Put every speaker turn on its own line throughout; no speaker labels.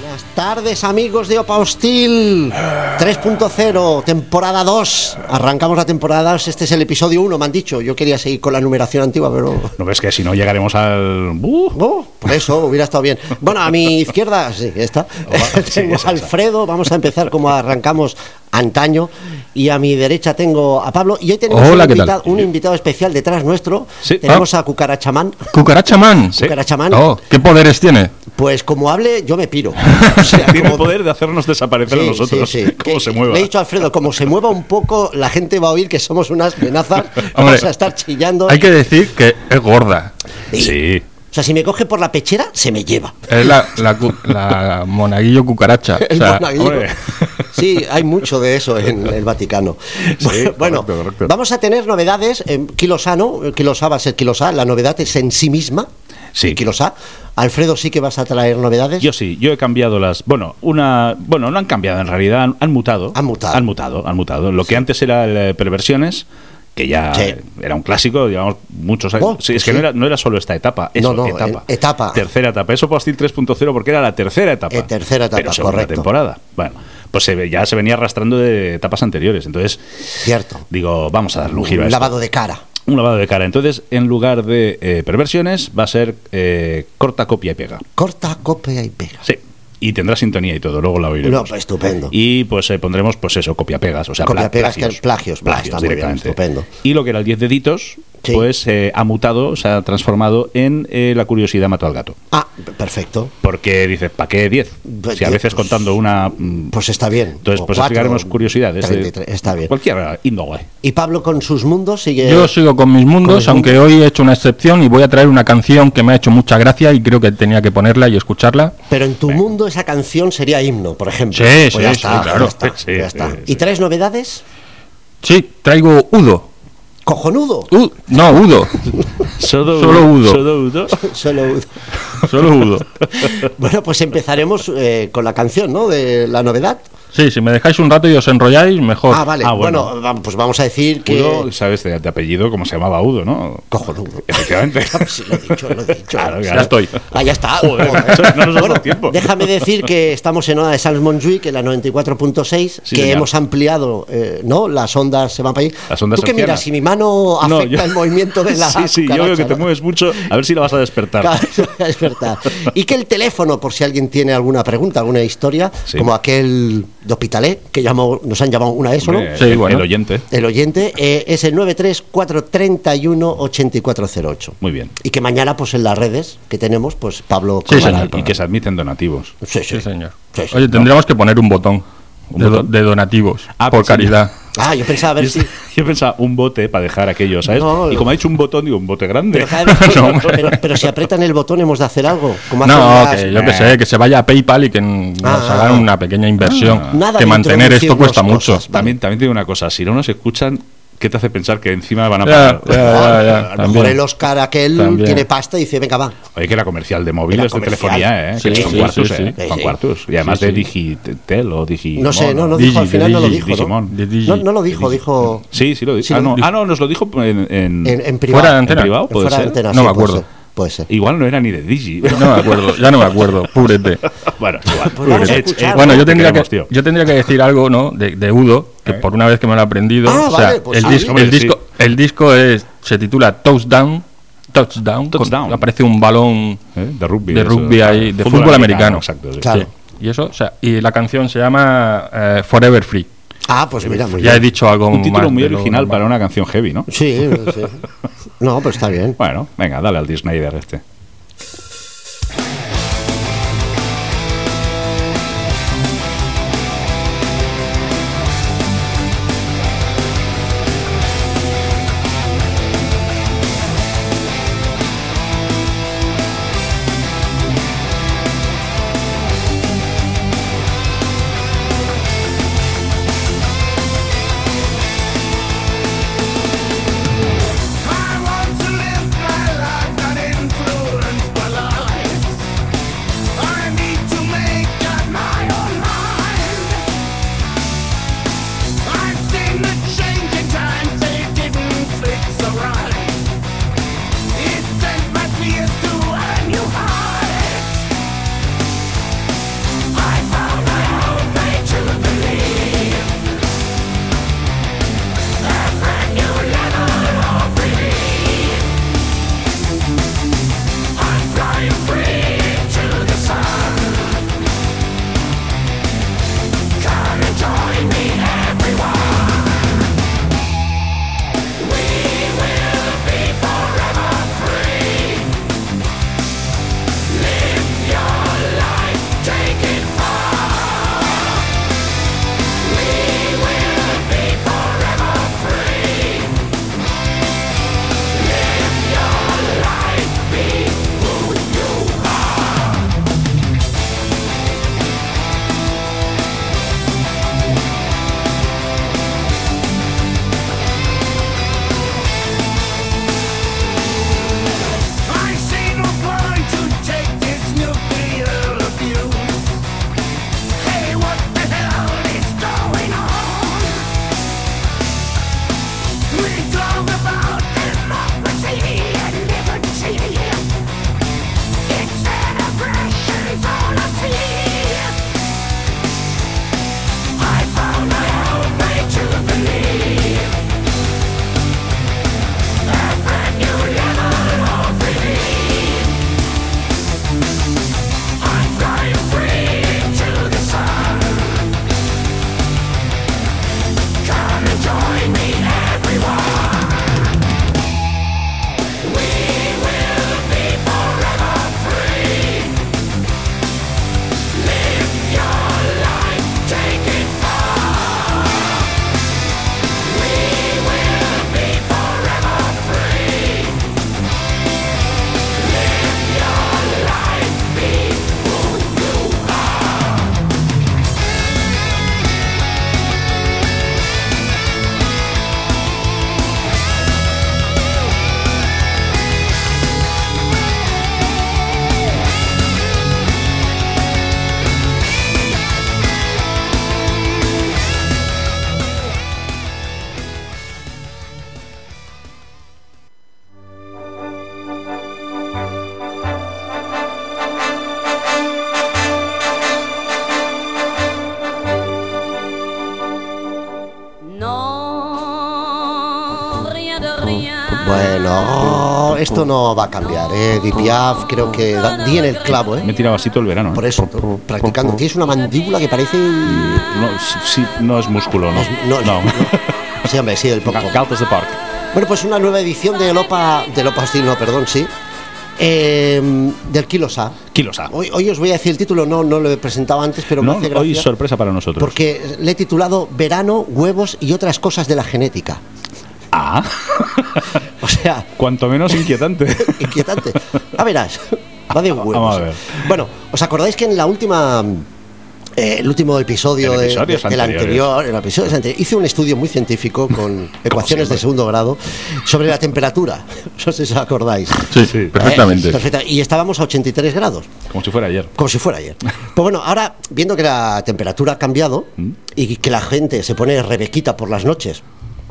Buenas tardes amigos de Opa Hostil 3.0, temporada 2. Arrancamos la temporada 2, este es el episodio 1, me han dicho. Yo quería seguir con la numeración antigua, pero...
No ves que si no llegaremos al. ¡Uh!
Oh, por eso hubiera estado bien. Bueno, a mi izquierda, sí, está.
Hola, sí,
tengo
esa,
a
esa.
Alfredo, vamos a empezar como arrancamos antaño. Y a mi derecha tengo a Pablo. Y hoy tenemos
Hola,
un,
¿qué tal?
invitado, un invitado especial detrás nuestro.
Sí, ah.
Tenemos a Cucarachamán.
Cucaracha Man.
Cucaracha Man.
Oh, ¿Qué poderes tiene?
Pues como hable, yo me piro.
Tiene el poder de hacernos desaparecer a
Sí,
nosotros.
sí, sí.
¿Cómo
Que-
se mueva?
Le he dicho a Alfredo, como se mueva un poco, la gente va a oír que somos unas amenazas.
Hombre,
vamos a estar chillando.
Hay que decir que es gorda.
Y-
Sí.
O sea, si me coge por la pechera, se me lleva.
Es la, la, cu- la monaguillo cucaracha. O
El
sea,
monaguillo.
hombre.
Sí, hay mucho de eso en el Vaticano. bueno,
correcto, correcto.
vamos a tener novedades. en Kilosano, Kilosá va a ser Kilosá, la novedad es en sí misma.
Sí.
Kilosá. Alfredo, sí que vas a traer novedades.
Yo sí, yo he cambiado las. Bueno, una. Bueno, no han cambiado en realidad, han, han mutado.
Han mutado.
Han mutado, han mutado. Lo que antes era el, eh, Perversiones, que ya
Sí.
era un clásico, llevamos muchos años.
Oh,
sí, es que
sí.
no, era, no era solo esta etapa, eso,
No, no,
etapa.
eh, etapa.
Tercera etapa. Eso puedo decir 3.0 porque era la tercera etapa.
Eh, tercera etapa,
Pero segunda
correcto.
temporada. Bueno, pues se ve- ya se venía arrastrando de etapas anteriores. Entonces,
Cierto.
digo, vamos a darle un giro a
Un
esto.
lavado de cara.
Un lavado de cara. Entonces, en lugar de eh, perversiones, va a ser eh, corta, copia y pega.
Corta, copia y pega.
Sí. Y tendrá sintonía y todo, luego la oiremos.
No, pues estupendo.
Y pues eh, pondremos, pues eso, copia pegas, o sea,
Copia
pla-
pegas, que es plagios. Ah, está muy bien,
directamente.
estupendo.
Y lo que era el 10 deditos,
Sí.
pues eh, ha mutado, se ha transformado en eh, la curiosidad mató al gato.
Ah, perfecto.
Porque dices, ¿para qué 10?
Pues,
Si a
diez, pues,
veces contando una. mm,
Pues está bien.
entonces,
O
pues
cuatro,
explicaremos curiosidades. ¿eh? de
33, está bien.
Cualquier índole.
Y Pablo con sus mundos sigue.
Yo sigo con mis mundos,
el
aunque hoy he hecho una excepción y voy a traer una canción que me ha hecho mucha gracia y creo que tenía que ponerla y escucharla.
Pero en tu mundo esa canción sería himno, por ejemplo.
Sí,
Pues ya
sí,
está,
sí, claro.
ya está,
Sí,
ya
sí,
está.
sí,
¿Y tres novedades?
Sí, traigo Udo.
Cojonudo.
U- no, Udo.
Solo,
Solo Udo.
Solo Udo.
Solo-
Solo Udo.
Bueno, pues empezaremos eh, con la canción, ¿no? De la novedad.
Sí, si me dejáis un rato y os enrolláis, mejor.
Ah, vale.
Ah, bueno.
bueno. va- pues vamos a decir que.
Udo, sabes de, de apellido cómo se llamaba Udo, ¿no?
Cojonudo.
Efectivamente.
Ah, Sí, lo he dicho, lo he dicho.
Claro,
Ya estoy.
Ah, ya está.
Joder, macho, no nos ha dado tiempo.
Déjame decir que estamos en Onda de Sans Montjuic, en la 94.6,
Sí,
que
señor.
hemos ampliado, eh, ¿no? Las ondas se van para allí.
Las ondas
¿Tú qué
hercianas.
miras? Si mi mano afecta
No, yo-
el movimiento de la
Sí, sí, yo veo que
cucaracha,
te
¿no?
mueves mucho. A ver si la vas a despertar.
Claro, es verdad. Y que el teléfono, por si alguien tiene alguna pregunta, alguna historia,
Sí.
como aquel de Hospitalet, que llamó, nos han llamado una vez solo,
Hombre,
Sí,
el-
bueno.
El oyente.
el oyente, eh, es el 93431-8408.
Muy bien.
Y que mañana, pues en las redes que tenemos, pues Pablo
Sí,
colgará
señor.
el
Y
programa.
que se admiten donativos.
Sí, sí.
Sí, señor.
Sí, sí.
Oye, tendríamos que poner un botón
¿Un
de, do-
botón?
de donativos
Ah,
por
sí, señor.
caridad.
Ah, yo pensaba a ver
Yo,
si.
yo pensaba un bote para dejar aquello, ¿sabes?
No,
y como ha dicho un botón, digo un bote grande.
Pero, cada vez que-
No, hombre.
pero- pero si apretan el botón, hemos de hacer algo. Como hacen
No,
las-
que yo que sé, que se vaya a PayPal y que n-
eh. Ah,
nos hagan una pequeña inversión.
Nada
que
de
mantener esto cuesta mucho.
introducirnos
también, también te digo una cosa: si no nos escuchan, ¿qué te hace pensar que encima van a
Ya,
pagar?
ya, ya, ya,
Ah, a lo mejor
también.
el Oscar aquel
También.
tiene pasta y dice: venga, va.
Oye, que la comercial de
La
móviles de
comercial.
telefonía, ¿eh?
Sí,
que
sí,
son
sí,
cuartos,
sí,
¿eh?
sí.
Son
Sí,
cuartos. Y además
sí.
de Digitel o Digimon.
No sé, no, no
Digi,
dijo al final, no lo
Digi,
dijo. ¿no?
Digimon.
De Digi.
No, no lo dijo, dijo
Sí, sí lo dijo.
Sí,
ah,
lo
no.
dijo.
ah, no, nos lo dijo en, en-
en, en privado.
Fuera de
en
antena.
privado, puede
Fuera de
ser.
antena,
No
sí,
me
puede
acuerdo.
ser, Puede ser.
Igual no era ni de Digi.
No me acuerdo, ya no me acuerdo, púrete.
bueno, igual.
Pues vamos a
Eh,
escuchar,
eh,
Bueno, yo
te
tendría,
queremos,
que,
tío.
yo tendría que decir algo, ¿no? De, de Udo, que
¿Eh?
por una vez que me lo he aprendido.
Ah,
o sea,
vale, pues
el,
sí.
disco,
Hombre,
el,
sí.
disco, el disco es, se titula Touchdown. Touchdown. con-
Touchdown.
aparece un balón
¿Eh? De rugby.
de
eso.
rugby ahí, de fútbol, americano.
Exacto. sí.
Claro.
Sí. Y eso, o sea, y la canción se llama eh, Forever Free.
Ah, pues mira, muy
Ya he
bien.
dicho algo
Un título
más
muy
de lo
original
normal.
para una canción heavy, ¿no?
Sí, sí. No, pues está bien.
Bueno, venga, dale al Disney de este.
I want to live my life not in blue.
Ah.
Bueno, esto no va a cambiar, ¿eh? Edith Piaf creo que da- di en el clavo,
Me he
¿eh?
tirado así todo el verano. ¿eh?
Por eso, tú, practicando. Tienes una mandíbula que parece...
No, sí, sí, no es músculo, no.
No, no.
no.
Sí, hombre, sí, del poco.
Ga- Galtas de Park.
Bueno, pues una nueva edición de Lopa... De Lopa Hostil, no, perdón, sí. Eh, del Kilosa.
Kilosa.
Hoy, hoy os voy a decir el título, no, no lo he presentado antes, pero
No,
me hace gracia.
hoy sorpresa para nosotros.
Porque le he titulado Verano, huevos y otras cosas de la genética.
Ah,
O sea,
cuanto menos inquietante.
inquietante. A verás, va de huevos. eh.
Vamos a ver.
Bueno, ¿os acordáis que en la última... eh, el último episodio
En
de- de,
episodios
del
anteriores.
anterior, en episodios anteriores, hice un estudio muy científico con ecuaciones
siempre.
de segundo grado sobre la temperatura. No sé si os acordáis.
Sí,
Sí.
perfectamente.
Eh, perfecta. Y estábamos a 83 grados.
Como si fuera ayer.
Como si fuera ayer. Pues bueno, ahora, viendo que la temperatura ha cambiado
Mm.
y que la gente se pone rebequita por las noches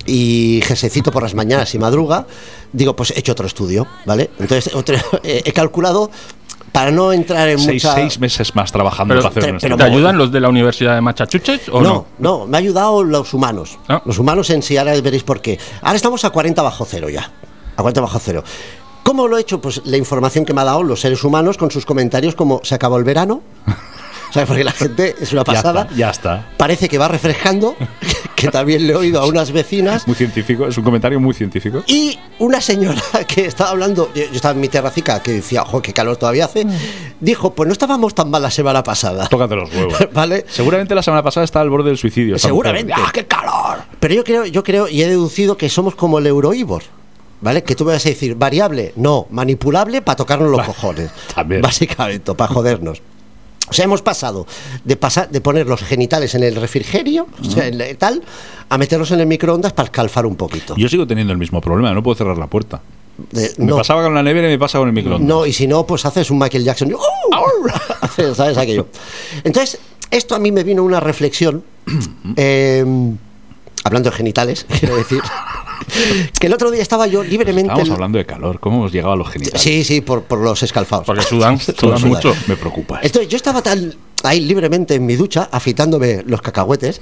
y jerseycito por las mañanas y madruga, digo, pues he hecho otro estudio, ¿vale? Entonces, otro- he calculado para no entrar en
Seis,
mucha...
seis meses más trabajando
Pero-
para hacer
Tre- pero-
nuestro-
¿Te ayudan los de la Universidad de Machachuches o no?
no, no, me ha ayudado los humanos.
Ah.
Los humanos en sí, ahora veréis por qué. Ahora estamos a 40 bajo cero ya. A 40 bajo cero. ¿Cómo lo he hecho? Pues la información que me ha dado los seres humanos con sus comentarios como se acabó el verano. ¿Sabes? Porque la gente es una
Ya está,
pasada.
ya está.
Parece que va refrescando, que también le he oído a unas vecinas.
Muy científico, es un comentario muy científico.
Y una señora que estaba hablando, yo, yo estaba en mi terracica, que decía, ojo, qué calor todavía hace, dijo, pues no estábamos tan mal la semana pasada.
Tócate los huevos.
¿Vale?
Seguramente la semana pasada estaba al borde del suicidio. esta mujer.
Seguramente.
¡Ah, qué calor!
Pero yo creo, yo creo y he deducido que somos como el Euroibor. ¿Vale? Que tú me vas a decir, variable, no, manipulable para tocarnos los cojones.
También.
Básicamente, para jodernos. O sea, hemos pasado de, pasar, de poner los genitales en el refrigerio, o sea, en la- tal, a meterlos en el microondas para calfar un poquito.
Yo sigo teniendo el mismo problema, no puedo cerrar la puerta.
De-
Me
no,
pasaba con la nevera y me pasa con el microondas.
no, y si no, pues haces un Michael Jackson. ¡Uh! Haces, ¿Sabes aquello? Entonces, esto a mí me vino una reflexión, eh, hablando de genitales, quiero decir, que el otro día estaba yo libremente...
Pues Estábamos
en-
hablando de calor, ¿cómo hemos llegado a los genitales?
Sí, sí, por, por los escalfados.
Porque sudan,
Por
sudan
sudar.
mucho.
Me preocupa. esto.
Entonces yo estaba tan ahí libremente en mi ducha, afitándome los cacahuetes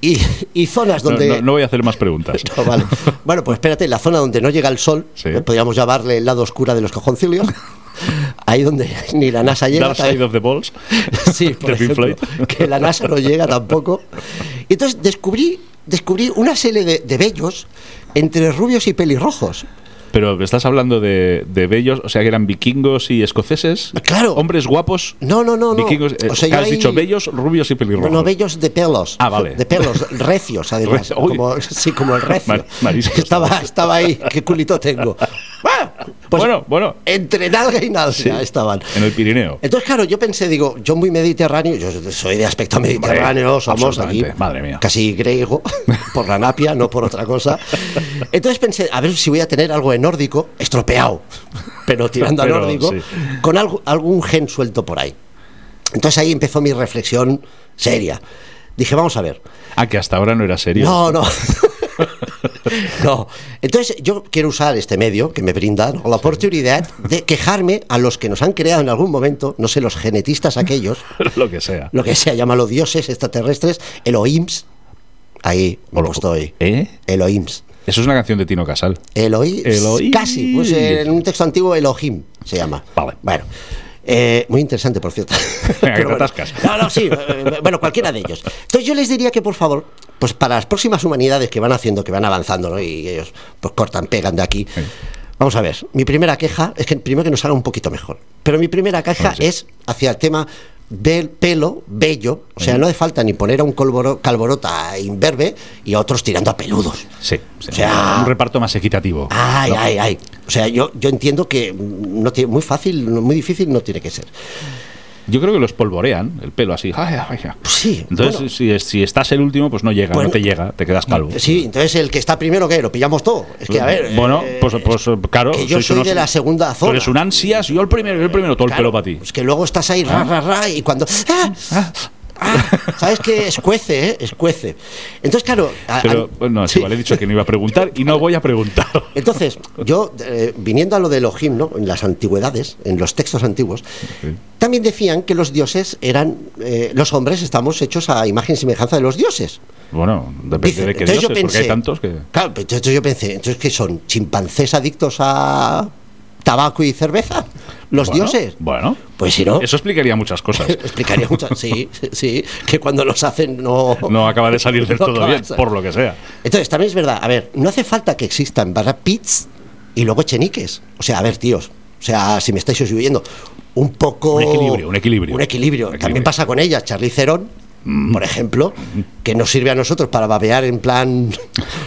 y, y zonas
No,
donde...
no- no voy a hacer más preguntas.
No, Ah, vale. Bueno, pues espérate, la zona donde no llega el sol,
Sí.
eh, podríamos llamarle el lado oscura de los cojoncilios, ahí donde ni la NASA llega.
Dark Side of the Balls.
Sí, por
de Pink
ejemplo,
Floyd.
que la NASA no llega tampoco. Y entonces descubrí, descubrí una serie de, de vellos entre rubios y pelirrojos.
Pero estás hablando de, de bellos, o sea que eran vikingos y escoceses.
Claro.
Hombres guapos.
No, no, no, no.
Vikingos. eh,
O sea,
que
yo
has
ahí-
dicho bellos, rubios y pelirrojos.
Bueno, vellos de pelos.
Ah, vale.
De pelos, recios además.
Recio, uy.
como, sí, como el recio.
Mar- mariscos.
Que estaba, estaba ahí, qué culito tengo. Ah, pues
bueno, bueno.
Entre nalga y nalga
Sí.
estaban.
En el Pirineo.
Entonces, claro, yo pensé, digo, yo muy mediterráneo, yo soy de aspecto mediterráneo,
Hombre,
somos aquí,
absolutamente, madre mía.
casi griego, por la napia, no por otra cosa. Entonces pensé, a ver si voy a tener algo de nórdico, estropeado, pero tirando a
Pero,
nórdico,
sí.
con algo- algún gen suelto por ahí. Entonces ahí empezó mi reflexión seria. Dije, vamos a ver,
Ah, que hasta ahora no era serio.
no, no. No, entonces yo quiero usar este medio que me brinda ¿no? la oportunidad de quejarme a los que nos han creado en algún momento, no sé, los genetistas aquellos,
Lo que sea.
lo que sea, llámalo dioses extraterrestres, Elohims, ahí me he puesto hoy,
¿Eh?
Elohims,
Eso es una canción de Tino Casal.
Elohims,
Elohim.
casi, pues en un texto antiguo Elohim se llama.
Vale.
Bueno. eh, muy interesante, por cierto.
Venga, que te
Pero bueno.
atascas.
No, no, sí. eh, Bueno, cualquiera de ellos. Entonces yo les diría que, por favor, pues para las próximas humanidades que van haciendo, que van avanzando, ¿no? Y ellos pues cortan, pegan de aquí. Vamos a ver, mi primera queja es que primero que nos haga un poquito mejor. Pero mi primera queja
Bueno, sí.
es hacia el tema del pelo bello. O sea, no hace falta ni poner a un colboro- calborota imberbe y a otros tirando a peludos.
Sí. sí.
O sea-
un reparto más equitativo.
Ay,
No.
ay, ay. O sea, yo, yo entiendo que mm, no tiene, muy fácil, no- muy difícil no tiene que ser.
Yo creo que los polvorean, el pelo así. Ay, ay, ay.
Sí,
Entonces,
bueno.
si, es- si estás el último, pues no llega,
Bueno.
no te llega, te quedas calvo.
Sí, entonces el que está primero, ¿qué? Lo pillamos todo. Es que, a ver.
bueno,
eh,
pues, pues claro.
que yo
sois
soy
unos-
de la segunda
Tú
zona.
eres un ansias, yo el primero, yo el primero, todo el
claro,
pelo para ti.
Es que luego estás ahí, ra, ra, ra, y cuando. ¡Ah! ¡Ah! ¿Sabes qué? Escuece, ¿eh? Escuece. Entonces, claro. a-
Pero,
a-
bueno,
sí.
sí. igual he dicho que no iba a preguntar y no voy a preguntar.
Entonces, yo, eh, viniendo a lo de Elohim, ¿no? en las antigüedades, en los textos antiguos, también decían que los dioses eran. eh, los hombres estamos hechos a imagen y semejanza de los dioses.
Bueno, depende
Dice,
de qué
entonces
dioses,
yo
porque hay
pensé-
tantos que...
Claro, pero entonces yo pensé, entonces que son chimpancés adictos a tabaco y cerveza, los
Bueno,
dioses.
Bueno,
Pues si no,
eso explicaría muchas cosas.
explicaría mucho. Sí, sí, que cuando los hacen no.
No acaba de salir del
No
todo
acaba
bien,
de salir.
por lo que sea.
Entonces, también es verdad, a ver, no hace falta que existan barra pits y luego cheniques. O sea, a ver, tíos, o sea, si me estáis oyendo, un poco.
Un equilibrio, un equilibrio.
Un equilibrio.
Un equilibrio. Mm.
También pasa con ellas, Charlie Cerón. Por ejemplo, que nos sirve a nosotros para babear en plan,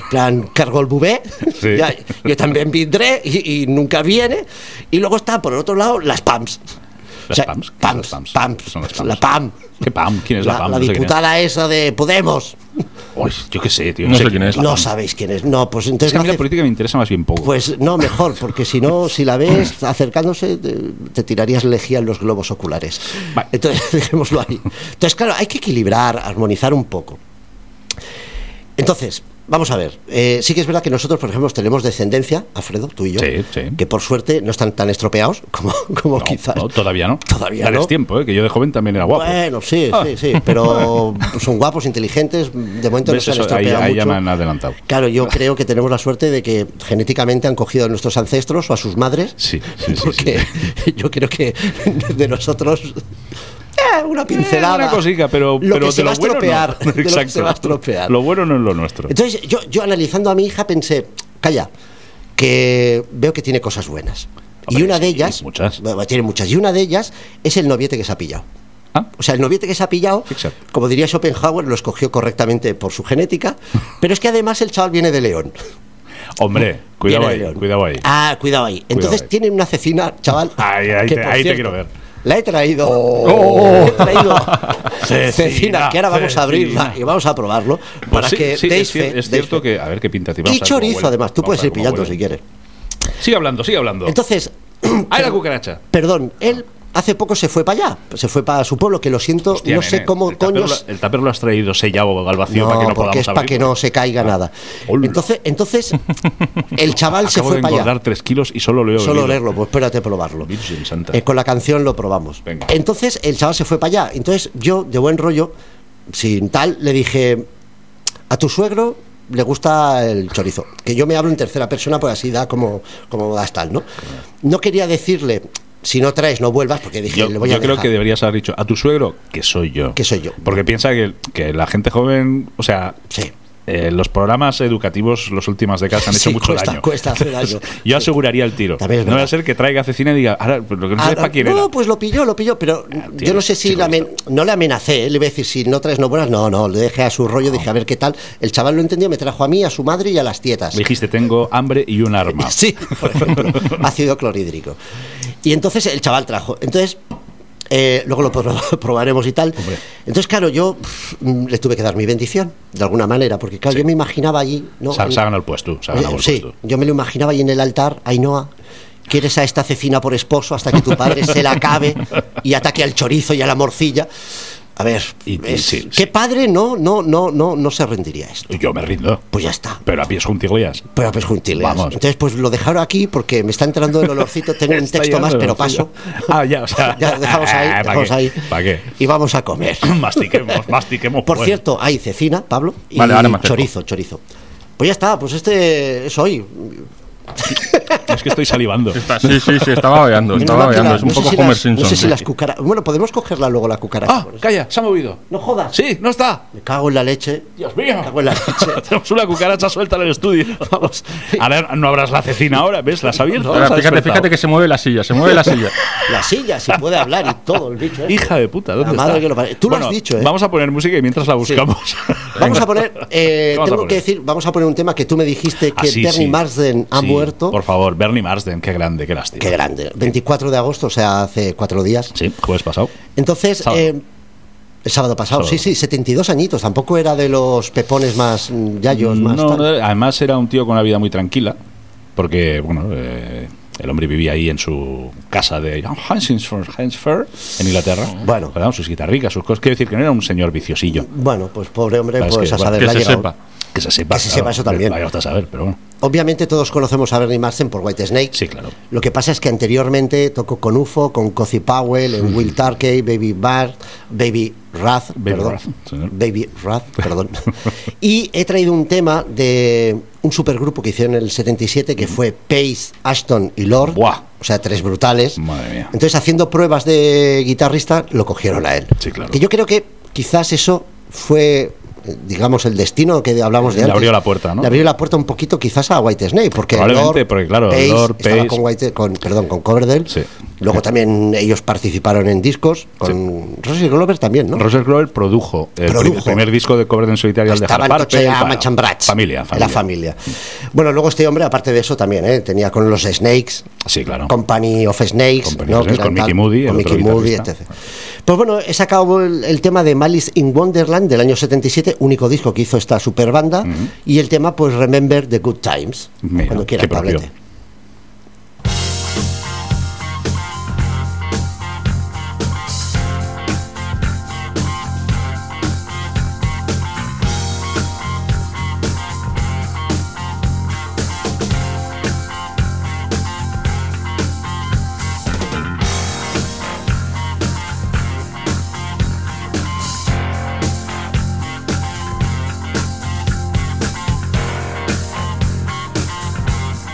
plan cargo el bubé.
Sí.
Ya, yo también vendré y, y nunca viene. Y luego está, por el otro lado, las PAMs.
¿Las PAMs? ¿Qué son
PAMs,
las PAMs? ¿Qué
PAMs,
son las PAMs?
la PAM.
¿Qué PAM? ¿Quién es la, PAM?
la
No sé quién es.
diputada esa de Podemos.
Uy, yo qué sé, tío.
No sé quién es.
la
No
PAM.
sabéis quién es. No, pues
Es
entonces.
que a
no
mí la
hace-
política me interesa más bien poco.
Pues no, mejor, porque si no, si la ves acercándose, te, te tirarías lejía en los globos oculares.
Vale.
Entonces, dejémoslo ahí. Entonces, claro, hay que equilibrar, armonizar un poco. Entonces, vamos a ver. eh, sí que es verdad que nosotros, por ejemplo, tenemos descendencia, Alfredo, tú y yo,
Sí, sí.
que por suerte no están tan estropeados como, como
No,
quizás.
no, todavía no.
Todavía
Dales
no.
tiempo, ¿eh? que yo de joven también era guapo.
Bueno, sí,
Ah.
sí, sí, pero son guapos, inteligentes, de momento no
¿Ves
se han
eso? Ahí,
estropeado
ahí
mucho.
ya me han adelantado.
Claro, yo creo que tenemos la suerte de que genéticamente han cogido a nuestros ancestros o a sus madres.
Sí, sí, sí,
Porque yo creo que de nosotros. eh, una pincelada.
una cosica, pero,
Lo
pero
que se
de
va a
lo bueno
estropear.
no.
de lo que se va a estropear.
Lo bueno no es lo nuestro.
Entonces, yo, yo analizando a mi hija pensé, calla, que veo que tiene cosas buenas.
Hombre,
y una
sí,
de ellas.
muchas.
bueno, tiene muchas. Y una de ellas es el noviete que se ha pillado.
Ah,
O sea, el noviete que se ha pillado,
Fíjate.
como diría Schopenhauer, lo escogió correctamente por su genética, pero es que además el chaval viene de León.
hombre, cuidado
Viene de
ahí,
León.
cuidado ahí.
Ah, cuidado ahí. Entonces
ahí.
tienen una cecina, chaval.
Ahí- ahí te-
por
ahí te quiero ver.
La he traído.
Oh.
He traído
Cecina,
cecina, que ahora vamos a abrirla
cecina.
y vamos a probarlo
Pues
para
sí,
que
sí,
deis
es, cier-
fe,
es
deis
cierto
fe.
que, a ver qué pinta tiene.
Y chorizo, además. Tú puedes ir pillando si quieres.
Sigue hablando, sigue hablando.
Entonces,
¡Ay, la cucaracha!
perdón, él hace poco se fue para allá. Se fue para su pueblo, que lo siento,
Hostia,
no
nene,
sé cómo
el tupper
coño.
lo- El tupper lo has traído sellado al vacío para que no
porque
podamos
es para que
abrirlo. Ah,
no se caiga nada.
Hola.
Entonces, entonces el chaval se
Acabo
fue
de
para allá.
engordar tres kilos y solo leo.
Solo leerlo, pues espérate a probarlo.
Virgen Santa.
Eh, con la canción lo probamos.
Venga.
Entonces el chaval se fue para allá. Entonces yo, de buen rollo, sin tal, le dije: A tu suegro le gusta el chorizo. Que yo me hablo en tercera persona, pues así da como, como das tal, ¿no? No quería decirle: Si no traes, no vuelvas, porque dije:
Yo,
Le voy
yo
a
creo
dejar.
que deberías haber dicho a tu suegro que soy yo.
Que soy yo.
Porque piensa que, que la gente joven, o sea,
Sí.
eh, los programas educativos, los últimos décadas han hecho
Sí,
mucho
cuesta-
daño.
cuesta hacer
Entonces,
daño.
Yo
Sí.
aseguraría el tiro.
También es
no va a
verdad.
ser que traiga cecina y diga, ahora, pues, lo que no sé
Ah,
es para quién
no,
era. Ah,
pues lo pilló, lo pilló, pero
tío,
yo no sé si
chico
la amen- no le amenacé, ¿eh? le iba a decir si no traes no buenas, no, no, le dejé a su rollo, dije a ver qué tal. El chaval lo entendió, me trajo a mí, a su madre y a las tietas.
Me dijiste, tengo hambre y un arma.
Sí, por ejemplo, ácido clorhídrico. Y entonces el chaval trajo. Entonces, eh, luego lo pro- probaremos y tal.
Hombre.
Entonces, claro, yo pff, mm, le tuve que dar mi bendición, de alguna manera, porque claro,
Sí.
yo me imaginaba allí. ¿no?
Se, se ha
En-
ganado el puesto. se ha ganado
eh,
el
sí,
puesto.
yo me lo imaginaba ahí en el altar, Ainhoa. Quieres a esta cecina por esposo hasta que tu padre se la acabe y ataque al chorizo y a la morcilla. A ver,
Y- y
es-
sí,
¿qué
sí.
padre no, no, no, no, no se rendiría a esto?
Yo me rindo.
Pues ya está.
Pero a pies juntillas.
Pero pues juntileas.
Vamos.
Entonces, pues lo dejaron aquí porque me está entrando el olorcito. Tengo un
Está
texto más,
llegando,
pero
tío.
paso.
Ah, ya, o sea.
Ya lo dejamos ahí.
¿Para
dejamos
qué?
ahí.
¿Para qué?
Y vamos a comer.
mastiquemos, mastiquemos.
Por
pues.
cierto, hay cecina, Pablo, y
Vale, ahora me acerco.
chorizo, chorizo. Pues ya está, pues este es hoy.
Es que estoy salivando.
Ah, Sí, sí, sí, estaba babeando,
Menos
estaba
mal que
babeando.
la-
Es un
no sé
poco
si
Homer
las-
Simpson.
No sé si las cucarachas. Bueno, podemos cogerla luego la cucaracha.
¡Ah!
Bueno,
¡Calla! ¡Se ha movido!
No jodas.
Sí, no está.
Me cago en la leche.
Dios mío.
Me cago en la leche.
Tenemos una cucaracha suelta en el estudio. Vamos. Ahora no habrás la cecina ahora, ¿ves? La has abierto.
Ahora,
las has
fíjate,
despertado.
fíjate que se mueve la silla, se mueve la silla.
La silla, si puede hablar y todo el bicho. este.
Hija de puta, ¿dónde
La madre
está?
que lo parió. Tú lo
Bueno,
has dicho, ¿eh?
Vamos a poner música y mientras la buscamos.
Vamos a poner, eh,
Vamos a
tengo
poner.
que decir, vamos a poner un tema que tú me dijiste que
Ah, sí,
Bernie
sí.
Marsden ha
Sí,
muerto.
Por favor, Bernie Marsden, qué grande, qué lástima.
Qué grande. 24 de agosto, o sea, hace cuatro días.
Sí, jueves pasado.
Entonces,
Sábado.
eh, el sábado pasado,
Sábado.
sí, sí, 72 añitos. Tampoco era de los pepones más mm, yayos, más
No,
tal.
no, además era un tío con una vida muy tranquila, porque, bueno, eh, El hombre vivía ahí en su casa de Hansford, en Inglaterra.
Bueno.
¿verdad? Sus guitarricas, sus cosas. Quiero decir que no era un señor viciosillo.
Bueno, pues pobre hombre,
Claro, es
pues
que,
a
bueno,
saber
que
la ha
se
llegado.
sepa.
Que se sepa.
Que se sepa eso también.
Vaya usted a saber, pero bueno.
Obviamente todos conocemos a Bernie Marsden por White Snake.
Sí, claro.
Lo que pasa es que anteriormente tocó con UFO, con Cozy Powell, en Will Tarkey, Baby Bar, Baby Wrath,
Baby
perdón.
Wrath, señor.
Baby Wrath, perdón. y he traído un tema de un supergrupo que hicieron en el 77 que fue Pace, Ashton y Lord.
Buah.
O sea, tres brutales.
Madre mía.
Entonces, haciendo pruebas de guitarrista, lo cogieron a él.
Sí, claro.
Que yo creo que quizás eso fue eh, digamos el destino que hablamos de
Le
antes.
abrió la puerta, ¿no?
Le abrió la puerta un poquito quizás a White Snake porque
Probablemente,
Lord
porque, claro,
Pace
Lord,
estaba
Pace-
con White con perdón, con Coverdale.
Sí.
Luego también ellos participaron en discos con Rosie Glover también, ¿no?
Roger Glover produjo el,
Produjo.
pri- el primer disco de cover en solitario el de
Estaba
Hal
en
Parker.
coche a
para-
Machan Bratz,
Familia, familia.
La familia. Bueno, luego este hombre, aparte de eso, también ¿eh? tenía con los Snakes,
Sí, claro.
Company of Snakes,
Company
¿no?
of Snakes,
Que eran
con Mickey
tal-
Moody, el
con
otro
Mickey Moody, etc.
guitarrista.
Pues bueno, he sacado el, el tema de Malice in Wonderland del año 77, único disco que hizo esta super banda, y el tema, pues Remember the Good Times,
Mira,
cuando quiera,
qué propio.
Pablete.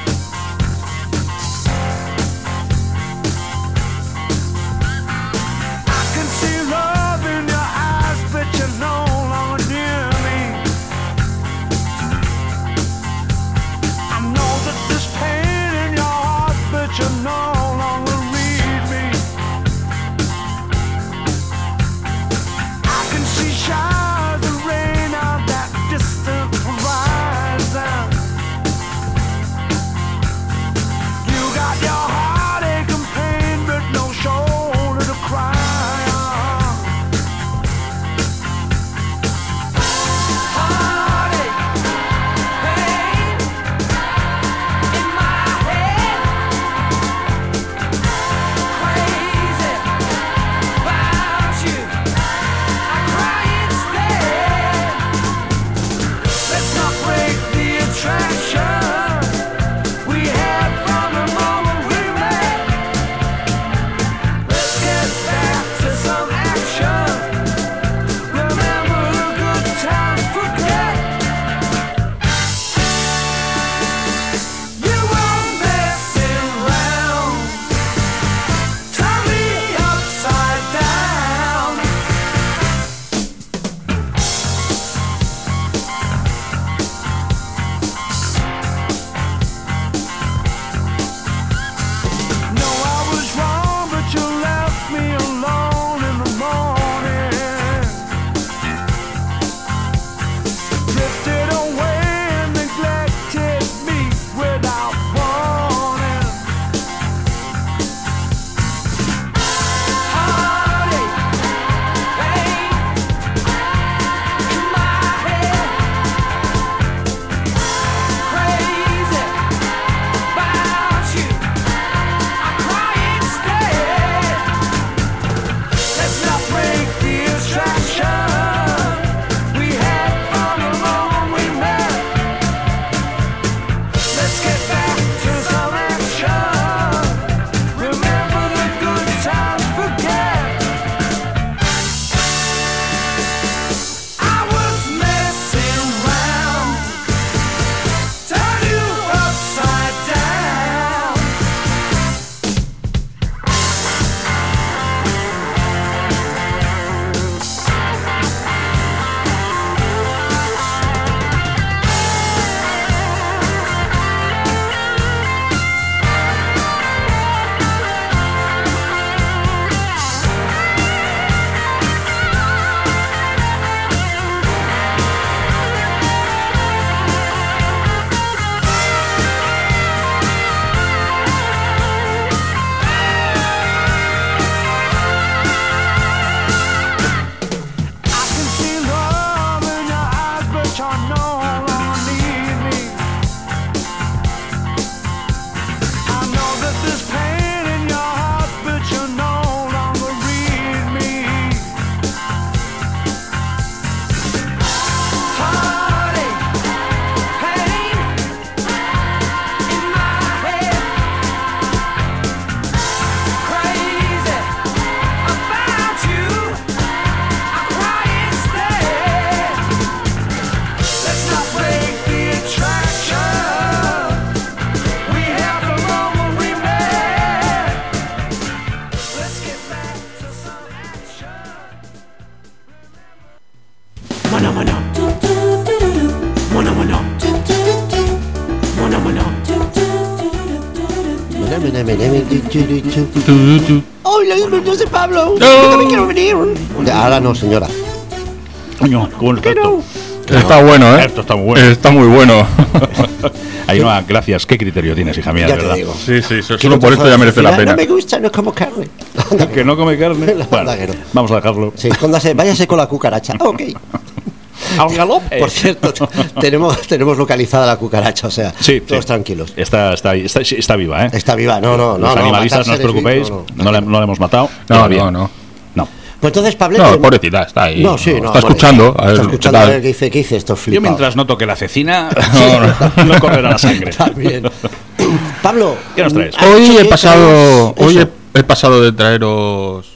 Remember
Tu, tu.
¡Ay, lo mismo, yo soy Pablo!
No.
¡Yo también quiero venir! Ahora no, señora.
Coño, qué bueno está esto.
Está bueno, ¿eh?
Esto está muy bueno.
Está muy bueno.
Ainhoa, ah, gracias. ¿Qué criterio tienes, hija mía,
Ya
de
te
verdad?
digo.
sí, sí, so-
Quiero
solo por esto
trozos
ya
de
merece la
cecina.
pena.
No me gusta, no es como carne.
Que no come carne.
La
Bueno,
verdad que no.
vamos a dejarlo.
Sí, escóndase, váyase con la cucaracha. Ah, ok.
Al galope.
Por cierto, t- tenemos, tenemos localizada la cucaracha, o sea,
Sí,
todos
sí.
tranquilos.
Está, está, ahí, está, está viva, ¿eh?
Está viva, no, no, no.
Los
no,
animalistas, no
matar seres
os preocupéis.
vivos,
No, la, no la hemos matado.
No,
Todavía.
no, no.
No.
Pues entonces, Pablete.
No, pobrecita, está ahí.
No, sí, no,
está
vale.
escuchando. A ver,
está
¿qué
escuchando a
tal?
ver qué dice, qué dice esto
Yo
flipado.
mientras no toque la cecina, no, no correrá la sangre.
También. Pablo.
¿Qué nos traes?
¿has dicho
Hoy
que
he pasado,
traes
hoy
eso?
he, he pasado de traeros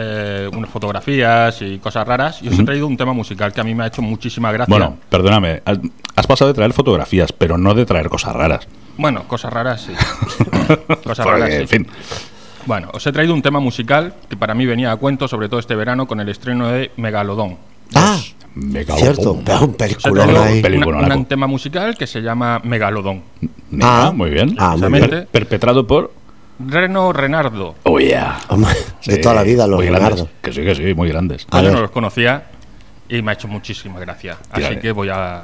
eh, unas fotografías y cosas raras y os he traído un tema musical que a mí me ha hecho muchísima gracia.
Bueno, perdóname. has- Has pasado de traer fotografías, pero no de traer cosas raras.
Bueno, cosas raras sí.
Porque,
cosas raras sí.
en fin.
Bueno, os he traído un tema musical que para mí venía a cuento, sobre todo este verano, con el estreno de Megalodón.
Ah,
Me cago
cierto.
en-
pero un
Os he
peliculón
traído
ahí.
peli-
una-
Peliculón,
un tema musical que se llama Megalodón.
Mira,
Ah.
muy bien.
Ah, muy
Per-
bien.
perpetrado por. Mm.
Reno Renardo.
Oh, yeah.
Hombre, De
Sí,
toda la vida, los
muy grandes.
Leonardo. Ah,
Que sí, que sí, muy grandes.
A
yo
ver.
no los conocía y me ha hecho muchísima gracia. Así
Tírale.
que voy a.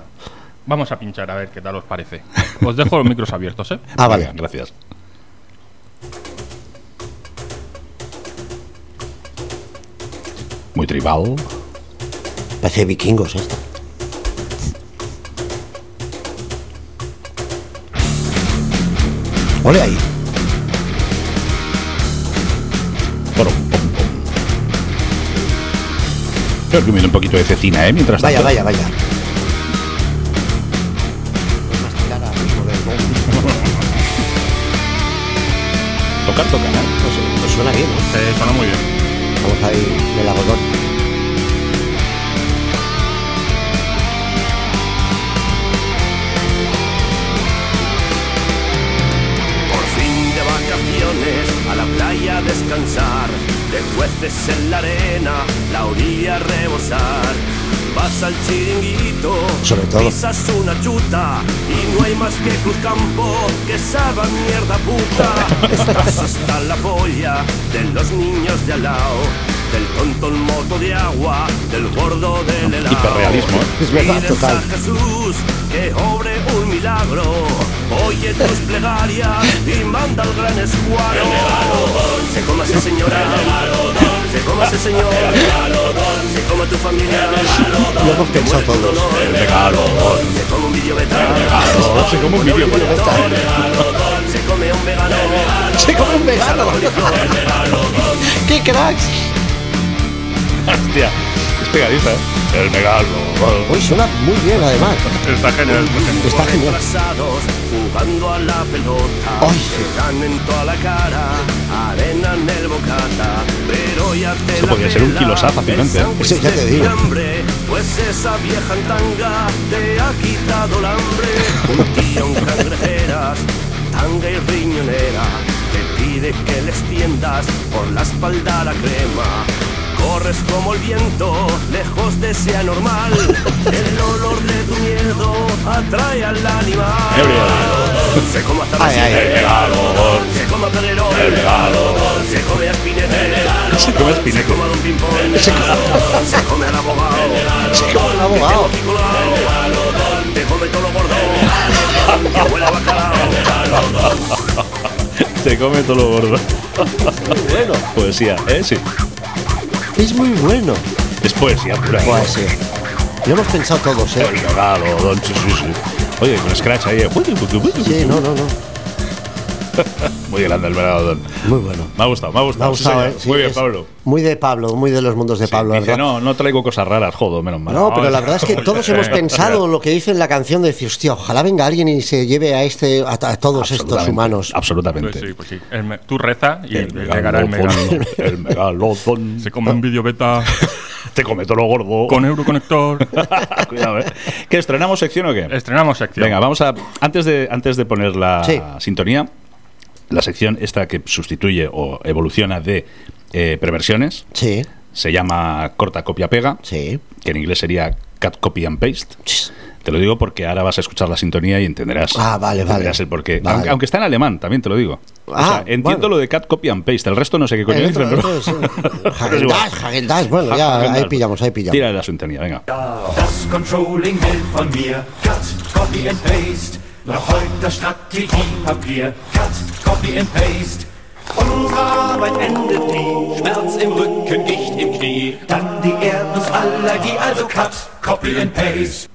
Vamos a pinchar a ver qué tal os parece. Os dejo los micros abiertos, ¿eh?
Ah,
Venga,
vale.
Gracias. Muy tribal.
Parece vikingos esto. Ole ahí.
Pero, pum, pum. Creo que viene un poquito de cecina, ¿eh? Mientras
Vaya,
tanto.
vaya, vaya. Masticar a ritmo del bombo.
Tocar, tocar. ¿eh?
Pues, eh, pues suena bien, ¿no?
Se suena muy bien.
Vamos ahí en el algodón.
Por fin de vacaciones a la playa a descansar, te cueces en la arena, la orilla a rebosar. Vas al chiringuito,
Sobre todo.
pisas una chuta y no hay más que Cruzcampo que saban mierda puta. Estás hasta la polla de los niños de al lado, del tonto el moto de agua, del gordo del helado.
Hiperrealismo, ¿eh?
Es verdad,
Pides
total.
a Jesús que obre un milagro. Oye tus plegarias y manda al gran escuadro. Se coma ese señora. Se coma ese señor. Se coma tu familia.
Lo hemos pensado todos.
El Se come un vídeo beta.
Se come un vídeo,
Un megalodón. Se come un vegano.
¡Se come un vegano! ¡Qué cracks!
Hostia. Es pegadiza, ¿eh? El megalo.
Uy, suena muy bien además.
Está genial.
Está genial.
Retrasados jugando a la pelota.
Ay.
Te dan en toda la cara. Arena en el bocata. Pero ya te
Eso
la
podría ser un
pela.
kilosá fácilmente, ¿eh?
El sándwich
Sí, ya te
de
digo.
fiambre, Pues esa vieja en tanga te ha quitado el hambre. Un tío en cangrejeras, tanga y riñonera. Te pide que les tiendas por la espalda la crema. Corres como el viento, lejos de ese anormal. El olor de tu miedo atrae al animal. Se come hasta
Ay, ay, ay.
Se come a Pedrerol. Se come a Spinetta.
Se come a Spinetta.
Se come a Don Pimpón. Se come al abogado.
¡Se come un
Te come
abogado!
a Picolao. Te come todo lo gordo. Que huele a bacalao.
Se come todo lo gordo.
Bueno,
Poesía, ¿eh? Sí.
es muy bueno.
Es poesía pura. ¿eh?
Pues sí. Lo hemos pensado todos, ¿eh?
El regalo, don, sí, sí, sí. Oye, con Scratch ahí. eh.
Sí, no, no, no.
Muy grande el regalo, don.
Muy bueno.
Me ha gustado, me ha
Me ha gustado,
gustado. sí, señor.
¿eh? Sí,
Muy bien,
es
Pablo.
Muy de Pablo, muy de los mundos de Pablo,
Dice,
¿verdad?
no, no traigo cosas raras, jodo, menos mal.
No, pero
Ay,
la verdad es que todos
joder.
hemos pensado lo que dice en la canción de decir, hostia, ojalá venga alguien y se lleve a este a, a todos estos
Absolutamente,
humanos.
Absolutamente.
Pues sí, pues sí. El me- tú reza y
El
llegará el megalodón.
megalodón. El megalodón.
Se come un vídeo beta
Te come todo lo gordo.
con Euroconector.
Cuidado, ¿eh? ¿Qué, estrenamos sección o qué?
Estrenamos sección.
Venga, vamos a. Antes de, antes de poner la
Sí.
sintonía, la sección esta que sustituye o evoluciona de eh, perversiones
Sí,
se llama corta, copia, pega,
sí.
que en inglés sería cut, copy and paste. Te lo digo porque ahora vas a escuchar la sintonía y entenderás.
Ah, vale,
entenderás
vale.
el porqué.
Vale.
Aunque, aunque está en alemán, también te lo digo. O sea,
Ah,
entiendo
bueno.
lo de cat copy and paste. El resto no sé qué coño
El
dicen,
otro- otro
pero.
es, eh,
pero es igual.
Häagen-Dazs, Häagen-Dazs, bueno, ya,
Häagen-Dazs.
ahí pillamos, ahí pillamos.
Tira la sintonía, venga.
Das Controlling will von mir Cut, Copy and Paste. Noch heute das Strategiepapier. Cut, Copy and Paste.
Unsere Arbeit endet nie, Schmerz im Rücken, dicht im Knie.
Dann die Erdnussallergie, also Cut, Copy and Paste.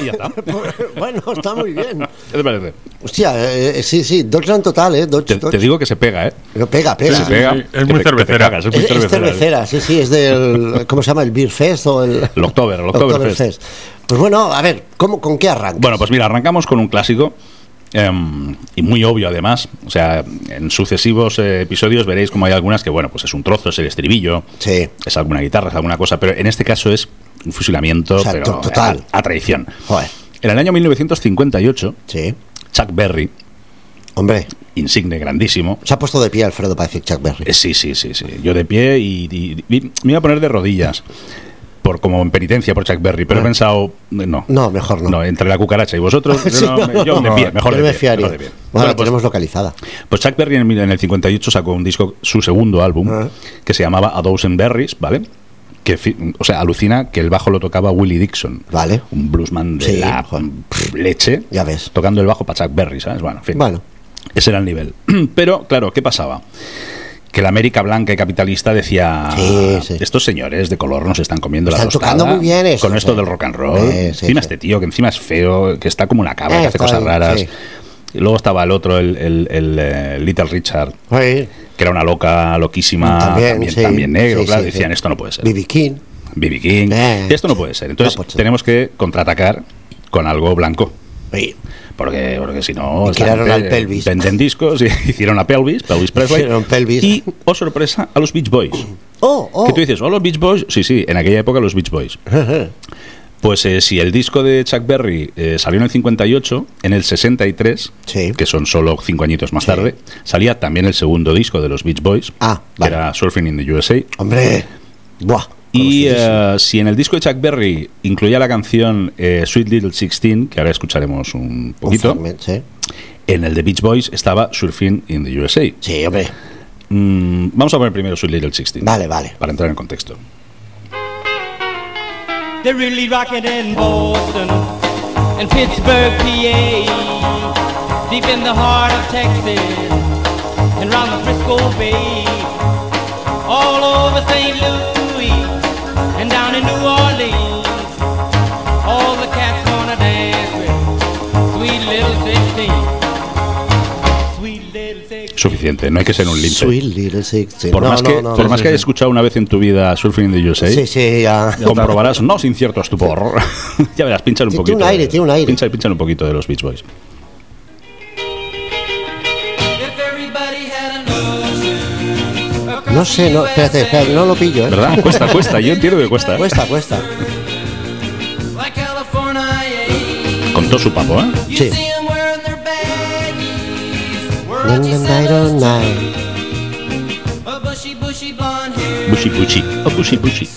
Y ya está.
bueno, está muy bien.
¿Qué te parece?
Hostia, eh, eh, sí, sí, Deutschland total, ¿eh? Deutsch,
Te, te
Deutsch.
digo que se pega, ¿eh?
Pero pega,
Que
pega.
se pega.
sí, es
Que te-
muy
que te
cervecera.
cagas, es
Es,
muy
es
cervecera. ¿eh?
cervecera, sí, sí, es del. ¿Cómo se llama? ¿El Beer Fest o el.?
El Oktober, el Oktoberfest.
Oktoberfest. Pues bueno, a ver, ¿cómo, ¿con qué arranca?
Bueno, pues mira, arrancamos con un clásico. em, y muy obvio además, o sea, en sucesivos eh, episodios veréis como hay algunas que, bueno, pues es un trozo, es el estribillo,
Sí.
es alguna guitarra, es alguna cosa, pero en este caso es un fusilamiento
O sea,
pero
to- total.
A, a traición.
Joder,
En el año 1958,
sí.
Chuck Berry,
Hombre,
insigne grandísimo,
se ha puesto de pie Alfredo para decir Chuck Berry.
eh, sí, sí, sí, sí, yo de pie y, y- y me iba a poner de rodillas. Por, como en penitencia por Chuck Berry, pero he
Ah.
pensado, eh, no.
No, mejor no.
entre la cucaracha y vosotros,
Sí,
no,
no.
yo de pie, mejor
Yo
de
me
pie,
fiaría.
mejor de pie.
Bueno,
Bueno,
la
pues-
tenemos localizada.
Pues Chuck Berry en, en el 58 sacó un disco, su segundo álbum,
Ah.
que se llamaba A Dozen Berries, ¿vale? Que, fi- o sea, alucina que el bajo lo tocaba Willie Dixon.
Vale.
Un bluesman de
Sí,
la
joder.
pff, leche.
Ya ves.
Tocando el bajo para Chuck Berry, ¿sabes? Bueno, en fin.
Bueno.
Ese era el nivel. Pero, claro, ¿qué pasaba? Que la América blanca y capitalista decía:
Sí, sí.
Estos señores de color nos están comiendo
Están
la tostada
tocando muy bien eso,
Con esto
sí.
del rock and roll.
Sí, sí,
encima,
sí.
este tío que encima es feo, que está como una cabra, que
Eh,
hace
está
cosas
ahí,
raras.
sí.
Y luego estaba el otro, el, el- el, eh, Little Richard,
Sí.
que era una loca, loquísima, también,
También,
también,
sí.
negro,
Sí,
claro.
sí,
decían,
sí.
esto no puede ser.
B.B. King.
BB King.
Eh,
Esto no puede ser. Entonces
no puede ser.
tenemos que contraatacar con algo blanco.
Sí.
Porque, porque si no...
Y
están
crearon
pe-
al Pelvis.
Venden discos y hicieron a Pelvis, Pelvis Presley.
Hicieron Pelvis.
Y, oh sorpresa, a los Beach Boys.
Oh, oh.
Que tú dices, oh, los Beach Boys. Sí, sí, en aquella época los Beach Boys. Pues eh, si el disco de Chuck Berry eh, salió en el 58, en el 63,
Sí.
que son solo cinco añitos más tarde, salía también el segundo disco de los Beach Boys,
Ah,
que
vale.
era Surfing in the USA.
Hombre. Buah.
Y
conocidísimo.
eh, si en el disco de Chuck Berry incluía la canción eh, Sweet Little Sixteen, que ahora escucharemos un
Un
poquito,
fragment, Sí.
en el de Beach Boys estaba Surfing in the USA.
sí, hombre.
Mm, vamos a poner primero Sweet Little Sixteen.
Vale, vale.
Para entrar en contexto.
They're really rocking in Boston and Pittsburgh, PA. Deep in the heart of Texas and round the Frisco Bay. All over St. Louis and down in New Orleans. All the cats gonna dance with sweet little 16. Sweet little 16.
Suficiente, no hay que ser un lince.
Sweet Little Sixteen.
Por
No,
más
no,
que,
no,
por
no.
más que hayas escuchado una vez en tu vida Surfing in the USA,
Sí, sí, ya.
comprobarás, no sin cierto estupor. ya verás, pinchan un
Tiene
poquito.
un aire,
de-
tiene un aire.
Pincha, pinchan un poquito de los Beach Boys.
If everybody had an ocean across
No sé, no,
the
espérate, espérate,
USA,
no lo pillo, ¿eh?
¿Verdad? Cuesta, cuesta. Yo entiendo que cuesta.
Cuesta, cuesta.
Like California, yeah.
Con todo su papo, ¿eh?
Sí. Dun, dun, dun, dun, dun.
Bushi Bushi. O Bushi Bushi.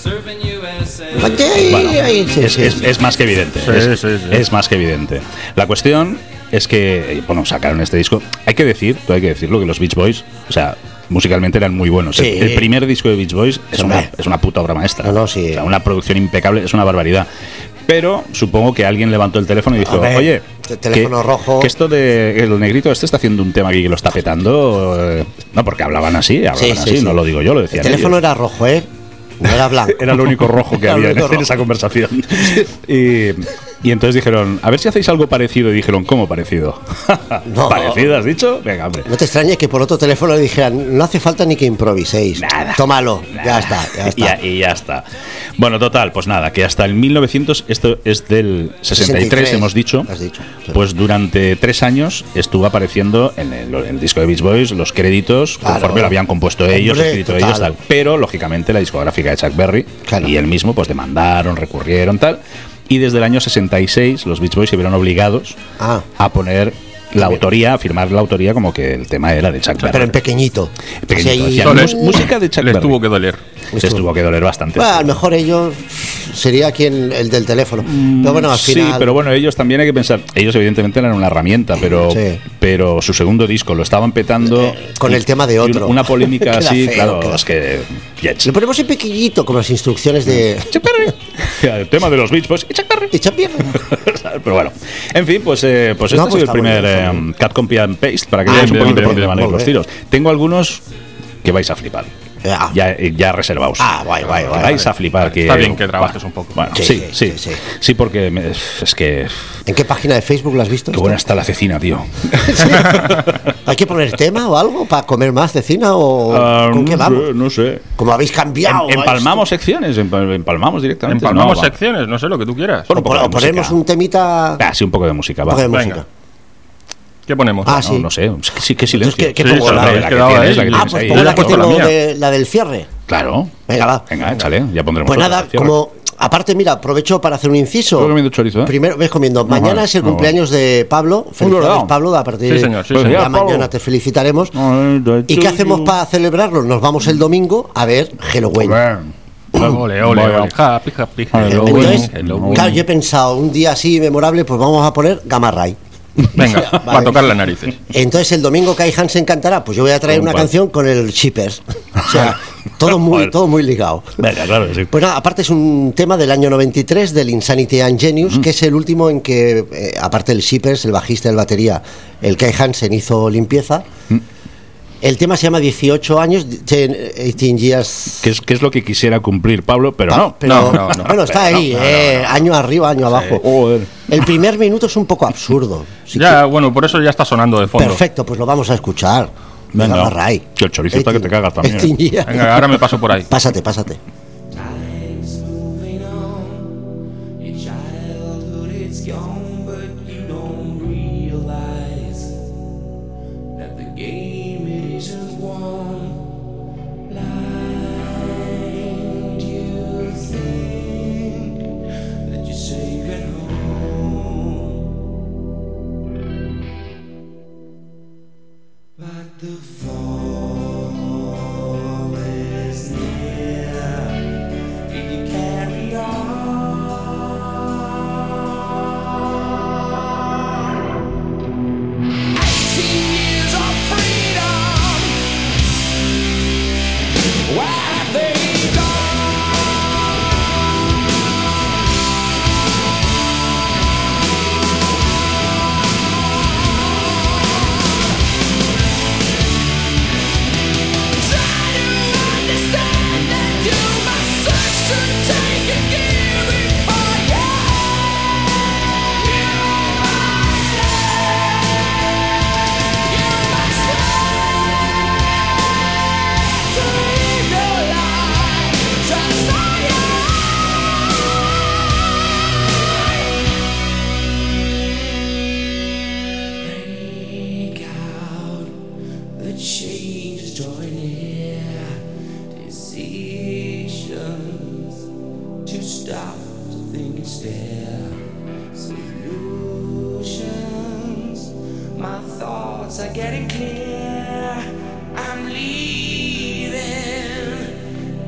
Oye, ahí,
Bueno,
ahí, sí,
es,
sí,
es-
sí.
es más que evidente.
Sí,
es,
sí, sí.
es más que evidente. La cuestión es que, eh, bueno, sacaron este disco. Hay que decir, todo hay que decirlo, que los Beach Boys, o sea, musicalmente eran muy buenos.
Sí.
El, el primer disco de Beach Boys es
Hombre.
una, es una puta obra maestra.
No, no, sí.
O sea, una producción impecable, es una barbaridad. Pero supongo que alguien levantó el teléfono y dijo,
Hombre,
oye,
te- teléfono rojo".
que esto de el negrito este está haciendo un tema aquí que lo está petando. eh, no, porque hablaban así, hablaban
Sí, sí,
así,
sí.
Ah, no lo digo yo, lo decía
El teléfono era rojo, ¿eh? No era blanco.
era lo único rojo que
Era lo
había en,
único
en esa
rojo.
conversación. Y, y entonces dijeron, a ver si hacéis algo parecido. Y dijeron, ¿cómo parecido?
No.
¿Parecido has dicho? Venga, hombre.
No te extrañe que por otro teléfono le dijeran, no hace falta ni que improviséis.
Nada.
Tómalo, ya está, ya
Y ya-
está.
Y, ya está. Bueno, total, pues nada, que hasta el 1900, esto es del 63,
63,
hemos dicho,
has dicho, sí.
pues durante tres años estuvo apareciendo en el, en el disco de Beach Boys los créditos,
Claro.
conforme lo habían compuesto
Hombre,
ellos, escrito
total.
ellos, tal. Pero, lógicamente, la discográfica de Chuck Berry
Claro.
y él mismo, pues demandaron, recurrieron, tal. Y desde el año 66 los Beach Boys se vieron obligados
Ah.
a poner la autoría, a firmar la autoría como que el tema era de Chuck Berry.
Pero en pequeñito. Así
Pequeñito,
ahí-
decían,
Esto
"Mus-
les-
música de Chuck
Les
Berry".
tuvo que doler.
se estuvo que doler bastante.
Bueno, a lo mejor ellos sería quien el del teléfono. Pero bueno, al final.
Mm, Sí, pero bueno, ellos también hay que pensar. Ellos, evidentemente, eran una herramienta, pero,
Sí.
pero su segundo disco lo estaban petando.
Eh, con
y-
el tema de
y un-
otro.
Una polémica
Queda
así,
feo,
claro,
queda
es que. ya,
Le ponemos en pequeñito con las instrucciones de.
ya, el tema de los Beach Boys. y Chuck Berry.
Echa pierna.
Pero bueno, en fin, pues, eh, pues
No,
este ha sido
pues
el
está muy
primer
bien,
eh,
está muy bien.
Cat Copy and Paste para que
Ah,
veáis un
bien,
poquito
bien,
por dónde
bien,
van a ir los
muy bien.
tiros. Tengo algunos que vais a flipar.
Ah.
Ya, eh, ya reservaos.
Ah, guay, guay,
Que
guay,
Vais
guay.
a flipar. Que,
Está bien que trabajes un poco.
Bueno, sí,
Sí,
sí, sí.
sí,
Sí,
sí.
porque me- es que.
¿En qué página de Facebook lo has visto?
Qué
esto?
buena está la cecina, tío.
¿Hay que poner tema o algo para comer más de cina o
Ah,
con
no
qué
sé,
vamos?
no sé.
Como habéis cambiado.
Em- empalmamos secciones, empa- empalmamos directamente.
Empalmamos
No, va.
secciones, no sé lo que tú quieras.
Pon
¿habéis-
un poco
o,
de
o ponemos
música.
un temita.
Ah, sí, un poco de música, va.
un poco de
No,
Venga.
música.
¿Qué ponemos?
Ah, sí.
no sé, sí, qué silencio.
Entonces, ¿qué- qué
Sí,
pongo?
se lo
La-
La,
habéis
la que
quedado
tienes,
ahí.
la que
Ah,
tienes
pues
ahí.
pongo
Yo
la
he
que
puesto la
tengo
mía.
de- la del cierre.
Claro.
Venga, va.
Venga, échale, ya pondremos
Pues
otra
nada,
canción.
como aparte, mira, aprovecho para hacer un inciso.
Yo he comido chorizo, ¿eh?
Primero, ves comiendo. mañana
vale,
es el
no,
cumpleaños de Pablo. Felicidades,
¿verdad?
Pablo. A partir
Sí, señor, sí,
de
señor.
la
Pablo.
mañana te felicitaremos.
Ay, de
¿Y qué
chorizo.
hacemos para celebrarlo? Nos vamos el domingo a ver Halloween.
Ole, ole,
Vaya.
ole. Happy,
Vaya.
happy, happy.
Halloween,
Entonces,
Halloween.
claro, yo he pensado, un día así memorable, pues vamos a poner Gamma Ray.
Venga,
Vale.
para tocar las narices.
Entonces el domingo que hay Hansen cantará, pues yo voy a traer
Con
una
cual.
canción con el Chippers. O sea, todo muy,
Joder.
todo muy ligado.
Venga, claro, que sí.
Pues nada, aparte es un tema del año 93 del Insanity and
Mm.
Genius, que es el último en que, eh, aparte del Shippers, el bajista del batería, el Kai Hansen hizo limpieza.
Mm.
El tema se llama 18 años, 10, 18 years.
¿Qué es, qué es lo que quisiera cumplir Pablo? Pero
Pa-
no.
no, no, no.
bueno, está
Pero
ahí,
no, Uh.
eh, año arriba, año abajo.
Joder.
El primer minuto es un poco absurdo. Si
Ya, bueno, por eso ya está sonando de fondo.
Perfecto, pues lo vamos a escuchar.
Venga.
Venga, Ray.
Que el chorizo está que te cagas también,
Eighteen years.
Venga, ahora me paso por ahí.
Pásate, pásate.
Life's moving on. Your childhood is gone, but you don't realize that the game isn't won. Blind, you think that you're safe at home, but the fall is near. Did you carry on? Eighteen years of freedom. Why have they gone? Try to understand that you must search to take and give it for you. You must live. You must live to live your life. Just all your life. Break out. The change is drawing near. Decisions to stop to think instead. Solutions. My thoughts are getting clear. I'm leaving,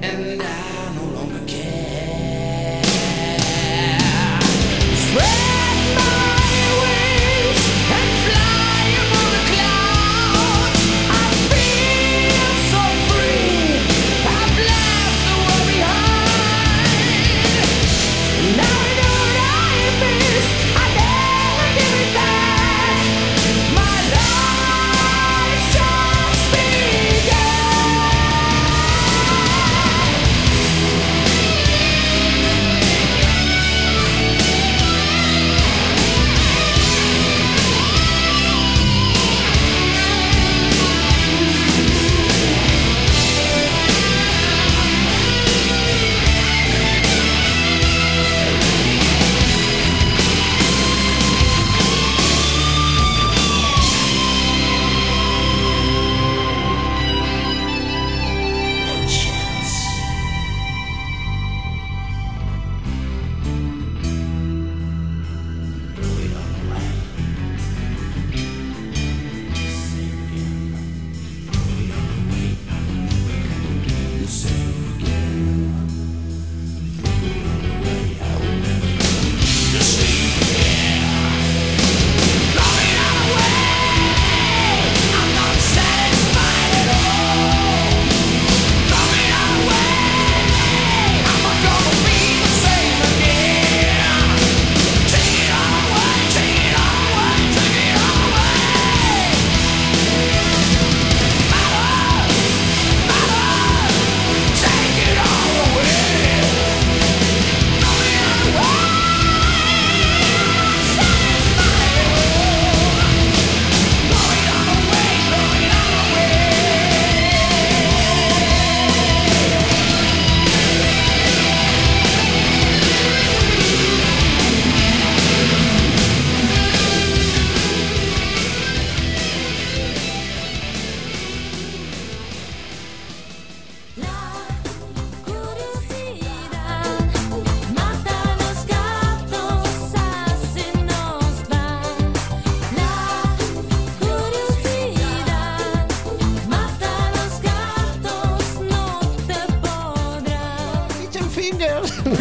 and I no longer care. Spread my wings and fly above the clouds. I feel so free. I've left the world behind. Now I know what I missed. I never give it back. My life's just begun.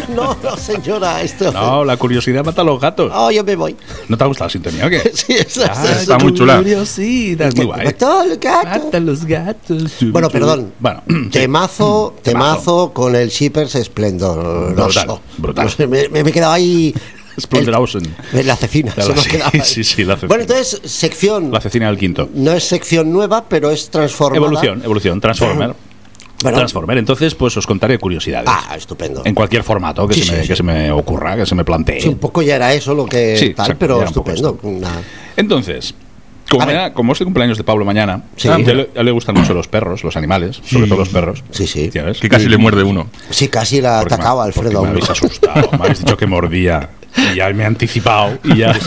No, no, señora, esto.
No, la curiosidad mata a los gatos.
Oh, yo me voy.
¿No te ha gustado la sintonía o qué?
Sí, esa-
Ah,
esa-
está
esa-
muy chula.
Curiosidad.
Es muy guay. Ah,
Mató al gato.
Mata a los gatos.
Bueno, perdón.
Bueno,
temazo, temazo,
Temazo.
con el Shippers esplendoroso.
Brutal, brutal.
No sé, me, me he quedado ahí.
Splendorosen.
el- en la cecina.
Claro,
se me ha
sí,
quedado ahí.
sí, sí, la cecina.
Bueno, entonces, sección.
La cecina del quinto.
No es sección nueva, pero es transformada.
Evolución, evolución, Transformer.
Bueno.
Transformer. Entonces, pues os contaré curiosidades.
Ah, estupendo.
En cualquier formato que,
Sí,
se,
sí,
me,
sí.
que se me ocurra, que se me plantee.
Sí, un poco ya era eso lo que
Sí,
tal,
exacto,
pero
ya era un poco
estupendo. Una-
Entonces, como,
A ver.
era- como es el cumpleaños de Pablo mañana,
Sí.
a, él, le- a él le gustan mucho los perros, los animales, sobre todo los perros.
Sí, sí.
¿Ya ves?
Que casi le muerde uno.
Sí, casi la
Porque me-
atacaba
porque
Alfredo. a
Me
uno.
habéis asustado, me habéis dicho que mordía. Y ya me he anticipado. Y ya.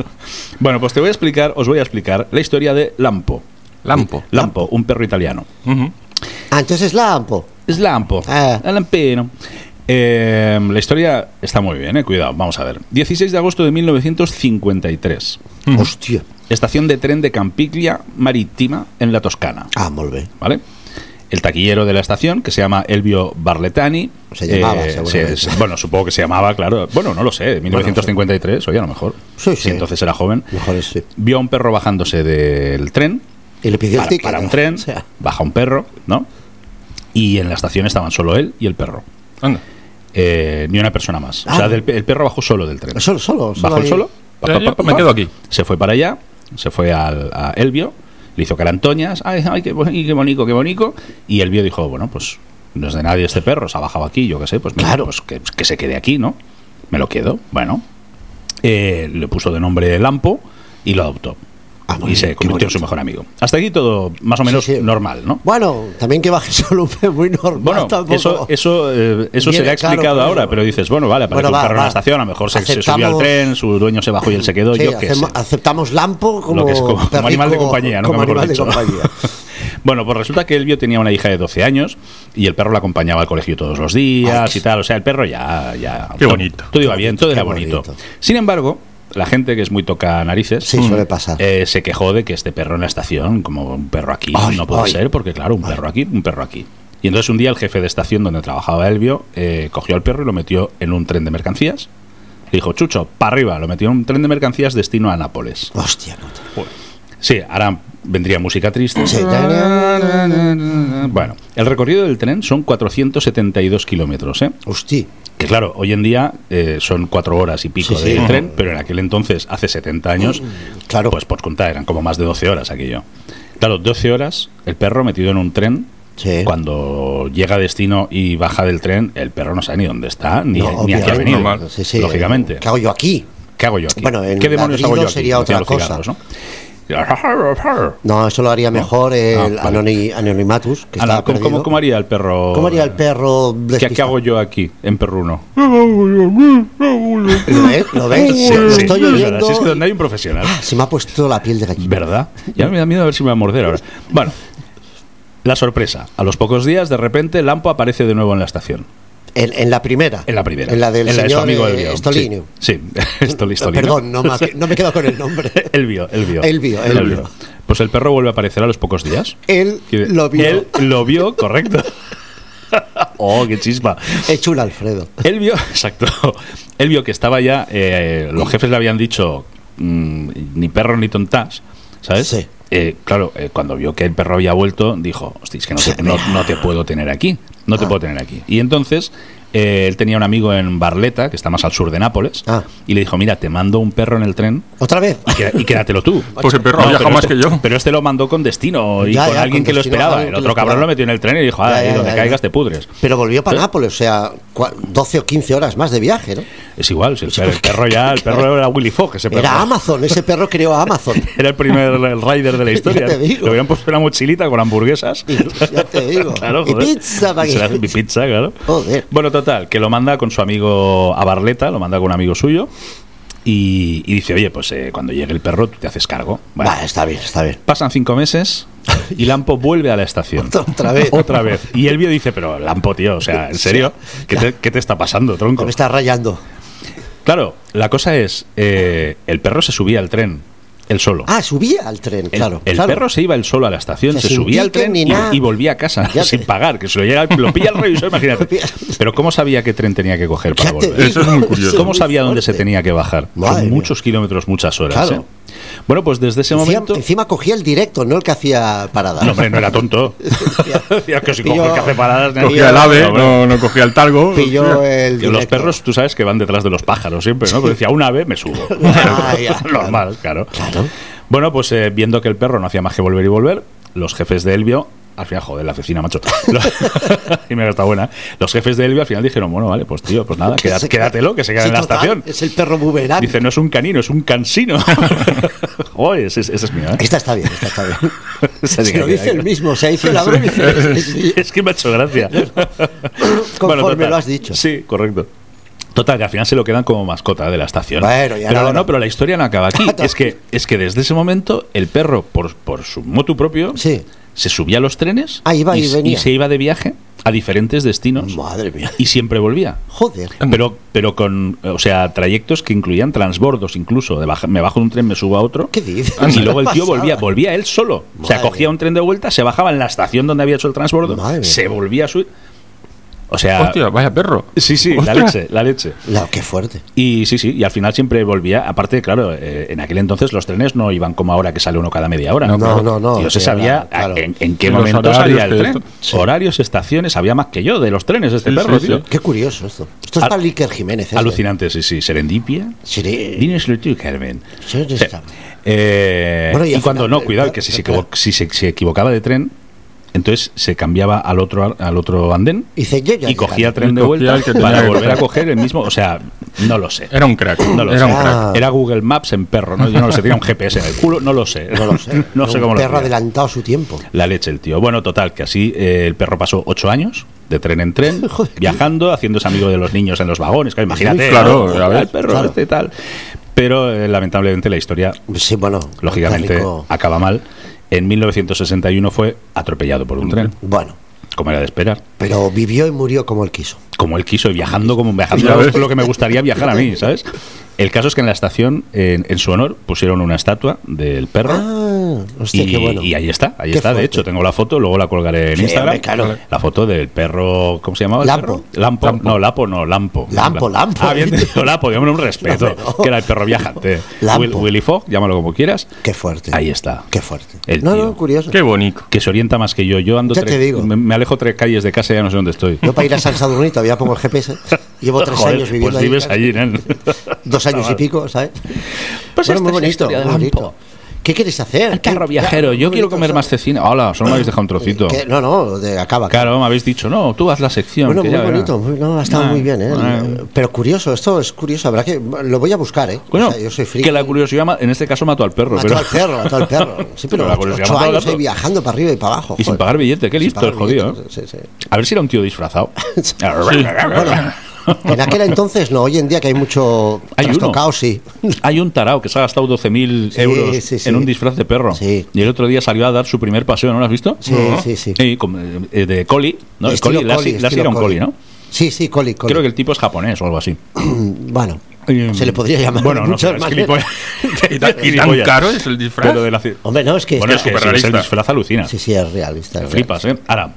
bueno, pues te voy a explicar, os voy a explicar la historia de Lampo.
Lampo.
Lampo, un perro italiano.
Ujú.
Ah, entonces la ampo.
Es Lampo.
Ah.
el Lampino. Eh, la historia está muy bien, eh, cuidado, vamos a ver. 16 de agosto de 1953.
Hostia.
Estación de tren de Campiglia Marítima en la Toscana.
Ah, molt bé.
¿vale? El taquillero de la estación, que se llama Elvio Barletani. eh,
Se llamaba, seguramente.
se- bueno, supongo que se llamaba, claro. Bueno, no lo sé, 1953, oye, a lo mejor.
Sí,
Si
sí.
entonces era joven.
Mejor es, sí.
Vio a un perro bajándose del tren,
Y le pidió
para,
el ticket.
para un
¿no?
tren,
O sea,
baja un perro, ¿no? Y en la estación estaban solo él y el perro.
Anda.
Eh, ni una persona más. O
Ah.
sea, del- el perro bajó solo del tren.
solo, solo. solo
Bajó el
ahí.
solo. pa,
Eh,
pa, pa,
yo
pa,
me
pa.
quedo aquí.
Se fue para allá, se fue al, a Elvio, le hizo carantoñas. Ay, ay, qué, boni- qué bonito, qué bonito. Y Elvio dijo, bueno, pues no es de nadie este perro, se ha bajado aquí, yo qué sé, pues, mira,
Claro.
pues que, que se quede aquí, ¿no? Me lo quedo. Bueno, Eh, le puso de nombre Lampo y lo adoptó.
Ah, muy
y
bien,
se
qué
convirtió en
bonito.
su mejor amigo. Hasta aquí todo más o menos
Sí, sí.
normal, ¿no?
Bueno, también que baje solo un pez muy normal.
Bueno,
tampoco.
eso, eso, eh, eso
Viene
será
caro,
explicado
pero-
ahora, pero dices, bueno, vale, para
Bueno, va,
un perro en
va.
la estación, a lo mejor se, se subió al
Aceptamos-
tren, su dueño se bajó y él se quedó,
Sí,
yo qué sé.
hacemo- aceptamos Lampo como,
Lo que es como- como
perrico-
animal de compañía, ¿no?
Como
Mejor
animal de
dicho.
compañía.
Bueno, pues resulta que Elvio tenía una hija de 12 años y el perro la acompañaba al colegio todos los días y tal. O sea, el perro ya. ya
Qué
todo-
bonito.
Todo iba bien, todo
Qué
era bonito.
bonito.
Sin embargo, la gente que es muy toca narices.
Sí, suele pasar.
eh, se quejó de que este perro en la estación, como un perro aquí,
Ay,
no puede
ay.
ser, porque claro, un perro aquí, un perro aquí. Y entonces un día el jefe de estación donde trabajaba Elvio eh, cogió al perro y lo metió en un tren de mercancías. Le dijo, Chucho, para arriba, lo metió en un tren de mercancías destino a Nápoles.
Hostia, puta.
Sí, ahora vendría música triste.
Sí, na, na, na, na.
Bueno, el recorrido del tren son 472 kilómetros, ¿eh?
Hostia.
Que claro, hoy en día eh, son cuatro horas y pico
Sí, sí.
de tren, pero en aquel entonces, hace 70 años,
Claro.
pues por contar, eran como más de 12 horas aquello. Claro, 12 horas, el perro metido en un tren,
Sí.
cuando llega a destino y baja del tren, el perro no sabe ni dónde está, ni,
No,
ni a qué ha
obviamente.
venido,
Normal.
Sí, sí.
lógicamente.
¿Qué hago yo aquí?
¿Qué hago yo aquí?
Bueno, en
¿Qué demonios hago yo
ladrido
aquí?
sería
Decían
otra
los
cosa.
cigarros, ¿no?
No, eso lo haría mejor el
Ah, vale.
anoni- Anonymatus, que
Ah, no,
estaba
¿cómo- cómo,
perdido.
cómo haría el perro?
¿Cómo haría el perro
¿Qué,
despistado?
qué hago yo aquí, en perruno?
¿Lo ves? ¿Lo ves?
Sí,
Lo
sí,
estoy
es verdad,
oyendo
si es que
y-
donde hay un Mm. profesional.
Ah, Se me ha puesto la piel de gallina.
¿Verdad? Ya me da miedo a ver si me va a morder ahora. Bueno, la sorpresa. A los pocos días, de repente, Lampo aparece de nuevo en la estación.
En, en la primera.
En la primera.
En la del
de su
señor
amigo
eh,
Elvio.
Stolini.
Sí, sí. Stoli- Stolino.
Perdón, no me, ha- no me quedo con el nombre.
Elvio, Elvio.
Elvio, Elvio.
Pues el perro vuelve a aparecer a los pocos días.
Él
Quiere-
lo vio.
Él lo vio, correcto. oh, qué chispa.
Es chulo Alfredo.
Él vio, exacto, él vio que estaba ya, eh, los jefes le habían dicho mm, ni perro ni tontas, ¿sabes?
Sí.
Eh, claro, eh, cuando vio que el perro había vuelto, dijo, hostia, es que no
Sí,
te, no-
mira.
no te puedo tener aquí, no te
Ah.
puedo tener aquí. Y entonces eh, él tenía un amigo en Barleta, que está más al sur de Nápoles,
Ah.
y le dijo, mira, te mando un perro en el tren
¿Otra vez?
y, queda- y quédatelo tú.
Pues el perro ha viajado
pero
más
este-
que yo.
Pero este lo mandó con destino y
Ya,
con
ya,
alguien
con
que lo
destino,
esperaba.
alguien
El
que lo
otro cabrón
esperaba.
lo metió en el tren y dijo, ah,
Ya, ya,
donde
ya,
caigas
ya.
te pudres.
Pero volvió
¿Eh?
para Nápoles, o sea, cua- 12 o 15 horas más de viaje, ¿no?
Es igual, si el, perro, el perro ya, el perro era Willy Fogg, ese perro.
Era Amazon, ese perro creó a Amazon.
Era el primer el rider de la historia.
Ya te digo.
Le habían puesto una mochilita con hamburguesas.
Ya te digo.
Claro,
y
joder.
pizza para Oh.
Se la hace-
que...
y pizza, claro.
Joder.
Bueno, total, que lo manda con su amigo a Barleta, lo manda con un amigo suyo. Y, y dice, oye, pues eh, cuando llegue el perro, tú te haces cargo. Bueno,
Vale, está bien, está bien.
Pasan cinco meses y Lampo vuelve a la estación.
Otra- otra vez.
Otra vez. Y Elvio dice, pero Lampo, tío, o sea, ¿en serio? ¿Qué te, qué te está pasando, tronco?
Me está rayando.
Claro, la cosa es, eh, el perro se subía al tren. él solo.
Ah, subía al tren,
El,
claro.
el
claro.
perro se iba él solo a la estación,
O sea,
se
sin
subía al
ticket
tren
ni
y,
nada.
y volvía a casa
Ya
sin
te-
pagar, que se lo, llega, lo pilla el revisor, imagínate. Pero ¿cómo sabía qué tren tenía que coger para
Ya te
volver?
digo,
Eso es muy curioso.
eso es
¿Cómo
muy
sabía dónde se
fuerte.
tenía que bajar?
Madre
Son
mía.
muchos kilómetros, muchas horas.
Claro.
¿eh? Bueno, pues desde ese
Encima-
momento...
Encima cogía el directo, no el que hacía parada.
No, hombre, no era tonto. Decía, que si cojo el que hace paradas... ni-
Cogía
Cogía el ave,
hombre.
no, no cogía el talgo.
Pilló el
Que Los
directo.
perros, tú sabes que van detrás de los pájaros siempre, ¿no? Pero decía, un ave me subo.
Ah, ya, claro.
Normal, claro.
Claro.
Bueno, pues eh, viendo que el perro no hacía más que volver y volver, los jefes de Elvio, al final, joder, la oficina, macho. Los- y me está buena. Los jefes de Elvio al final dijeron, bueno, vale, pues tío, pues nada,
Que
quédate-
se-
quédatelo, que se quede
Sí,
en la
total,
estación.
Es el perro boomerang.
Dice, no es un canino, es un cansino. Joder, ese, ese es mío, ¿eh?
Esta está bien, esta está bien.
Ese
Se
diga,
lo dice
diga,
el mismo, o sea, hizo la broma y dice, sí,
es que me ha hecho gracia.
Conforme
total.
lo has dicho.
Sí, correcto. Total, que al final se lo quedan como mascota de la estación.
Bueno, ya
pero
no,
no,
no.
pero la historia no acaba aquí. es, que, es que desde ese momento el perro, por, por su motu propio,
Sí.
se subía a los trenes
Ah, iba y
s-
venía.
se iba de viaje a diferentes destinos
Madre mía.
y siempre volvía.
Joder.
Pero, pero con, o sea, trayectos que incluían transbordos incluso. De baja- me bajo de un tren, me subo a otro.
¿Qué dices?
Ah, Y luego el tío
Pasada.
volvía, volvía él solo. o sea,
Ah, Madre.
cogía un tren de vuelta, se bajaba en la estación donde había hecho el transbordo,
Madre.
se volvía a subir. O sea,
Hostia, vaya perro.
sí, sí, la
Ostras.
leche, la leche.
La, qué fuerte.
Y sí, sí, y al final siempre volvía. Aparte, claro, eh, en aquel entonces los trenes no iban como ahora que sale uno cada media hora.
No,
No, no, no.
Yo se
sí, claro,
sabía a-
claro.
en, en qué
Y los
momento
horarios
salía el
que
tren.
esto-
Horarios, estaciones, sabía más que yo de los trenes este
Sí,
perro,
sí,
tío.
sí.
Qué curioso esto. Esto es
Al-
para Iker Jiménez. ¿eh?
Alucinante, sí, sí. Serendipia.
Sí, sí,
Dínoslo tú, Carmen.
sí, sí, sí.
Eh,
Bueno, y
y,
al
cuando
final,
no, cuidado, que si, se, equivo- si se, se equivocaba de tren, entonces se cambiaba al otro al otro andén
Y dice, yo ya
y cogía el
llegaré.
tren de
Y cogía
vuelta
el que tenía
para
que
volver a
coger.
coger el mismo. O sea, no lo sé.
Era un crack.
No lo
era
sé.
un crack.
Ah.
Era Google Maps en perro, ¿no? Yo no lo sé, tenía un GPS en el culo, no lo sé.
No lo sé.
No sé
Un
cómo lo
Perro
hacía.
adelantado a su tiempo.
La leche, el tío. Bueno, total, que así eh, el perro pasó ocho años de tren en tren,
Joder.
viajando, haciéndose amigo de los niños en los vagones. Claro, imagínate,
Sí, claro,
¿no?
ya ves,
el perro
claro.
este y tal. Pero eh, lamentablemente la historia,
Sí, bueno.
lógicamente,
Rico.
acaba mal. En 1961 fue atropellado por un tren,
Bueno,
como era de esperar.
pero vivió y murió como él quiso.
Como él quiso, y viajando como
Ya
viajando
ves.
lo que me gustaría viajar a mí, ¿sabes? El caso es que en la estación, en, en su honor, pusieron una estatua del perro.
Ah, hostia,
Y,
qué bueno.
y ahí está, ahí
Qué
está. De
fuerte.
hecho, tengo la foto, luego la colgaré en
Sí,
Instagram.
hombre, claro.
La foto del perro, ¿cómo se llamaba? el
Lampo.
perro? Lampo. No, Lapo no, Lampo.
Lampo, Lampo.
Ah, bien, dicho, Lapo, llámalo un respeto,
No, no.
que era el perro viajante.
Lampo.
Will- Willy Fogg, llámalo como quieras.
Qué fuerte.
Ahí está.
Qué fuerte.
El
no,
tío.
no, curioso.
Qué bonito.
Que se orienta más que yo. Yo ando
Ya
tres-
te digo.
Me, me alejo tres calles de casa y ya no sé dónde estoy.
Yo para ir a San Sadurní todavía pongo el GPS. Llevo tres
Joder,
años viviendo
pues
ahí.
vives allí, nen.
Dos años y pico, ¿sabes?
Pues
bueno, muy
esta es la
bonito,
historia de
muy
Lampo.
bonito. ¿Qué quieres hacer?
El perro
¿Qué-
viajero,
ya,
yo
muy
quiero
bonito,
comer más
¿sabes?
cecina. Hola, solo me habéis dejado un trocito.
Que- No, no, de- acaba. acaba.
Claro, me habéis dicho, no, tú haz la sección.
Bueno,
que
muy
ya verás.
bonito, muy- no, ha estado
Ah,
muy bien, ¿eh?
ah.
Pero curioso, esto es curioso, habrá que. Lo voy a buscar, ¿eh?
Bueno,
O sea, yo soy friki.
que la curiosidad ma- en este caso mató al perro,
Mató
pero-
al perro, mató al perro. Sí, pero,
Pero la
ocho-
curiosidad
ocho
mató al
años
perro.
ahí viajando para arriba y para abajo.
Y sin
joder.
pagar billete, qué
Sin
listo,
pagar
jodido.
billete,
¿eh?
sí, sí.
A ver si era un tío disfrazado.
Bueno, en aquel entonces no, hoy en día que hay mucho
Hay uno.
trastocado, sí.
Hay un tarao que se ha gastado 12.000
Sí,
euros
sí, sí.
en un disfraz de perro.
Sí.
Y el otro día salió a dar su primer paseo, ¿no lo has visto?
Sí, sí, sí.
con- eh, de Coli, ¿no? El
Estilo
Coli, Lassie-
estilo
Lassie era un Coli, ¿no?
Sí, sí, coli, coli.
Creo que el tipo es japonés o algo así.
Bueno,
Eh,
se le
mm,
podría llamar
Bueno,
de
no
muchas
sé, es
maneras.
gilipollas.
¿Y, tan- y tan
Gilipollas.
caro es el disfraz?
Pero de la ci-
Hombre, no, es que.
Bueno, es
está-
que si ves el
Superrealista.
disfraz alucina.
Sí, sí, es realista. es
Flipas, ¿eh? Ahora,